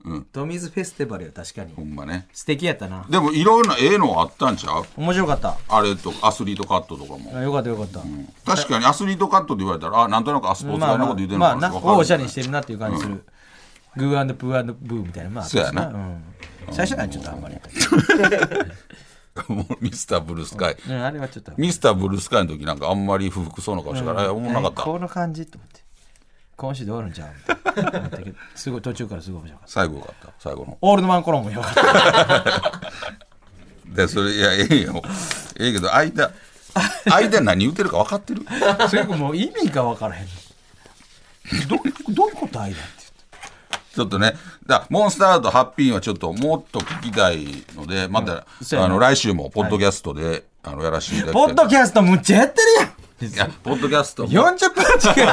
Speaker 2: うん
Speaker 3: トミーズフェスティバルよ確かに
Speaker 2: ほんまね
Speaker 3: 素敵やったな
Speaker 2: でもいろんなええのあったんちゃう
Speaker 3: 面白かった
Speaker 2: あれとかアスリートカットとかも
Speaker 3: あよかったよかった、
Speaker 2: 確かにアスリートカットって言われたらあなんとなくアスポーツ
Speaker 3: ま
Speaker 2: 界
Speaker 3: あ
Speaker 2: のこと
Speaker 3: まあ
Speaker 2: 言うてるの
Speaker 3: まあ
Speaker 2: かな
Speaker 3: な
Speaker 2: わかる
Speaker 3: おしゃれにしてるなっていう感じする、グープーブーみたいなまあ
Speaker 2: そうやな
Speaker 3: 私はうん最初からちょっとあんまり、
Speaker 2: もうミスターブルースカイ
Speaker 3: うん、あれはちょっと
Speaker 2: ミスターブルースカイの時なんかあんまり不服そうな顔してから、え思んなかった
Speaker 3: この感じと思って今週で終わるんちゃうみたいな思ったけどすごい途中からすごい面白かった
Speaker 2: 最後よかった最後の
Speaker 3: オールドマンコロンもよかった
Speaker 2: でそれいやええよええけど間間何言うてるか分かってる [laughs]
Speaker 3: それもう意味が分からへんどうどういうこと愛だって
Speaker 2: ちょっとねだモンスターとハッピーンはちょっともっと聞きたいのでまた、
Speaker 3: そうや
Speaker 2: あ
Speaker 3: な
Speaker 2: の来週もポッドキャストで、あのやらせていただき
Speaker 3: ポ
Speaker 2: たい
Speaker 3: ッドキャストむっちゃやってる
Speaker 2: いやポッドキャストも [laughs]
Speaker 3: やん40分違う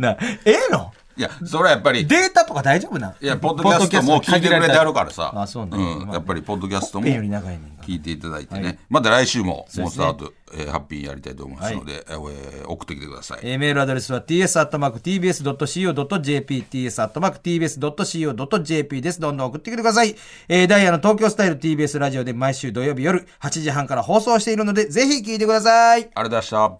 Speaker 3: なええの
Speaker 2: いやそれはやっぱり
Speaker 3: データとか大丈夫なん
Speaker 2: いや、ポッドキャストも聞いてくれてあるからさ。
Speaker 3: あ、そうなんや
Speaker 2: うん。やっぱり、ポッドキャストも
Speaker 3: ペンより長いねんが
Speaker 2: 聞いていただいてね。また来週も、モンスターとえーハッピーやりたいと思いますので、えー送ってきてください。
Speaker 3: えーメールアドレスは ts.tbs.co.jp ts.tbs.co.jp です。どんどん送ってきてください。えーダイヤの東京スタイル TBS ラジオで毎週土曜日夜8時半から放送しているので、ぜひ聞いてください。
Speaker 2: ありがとうございました。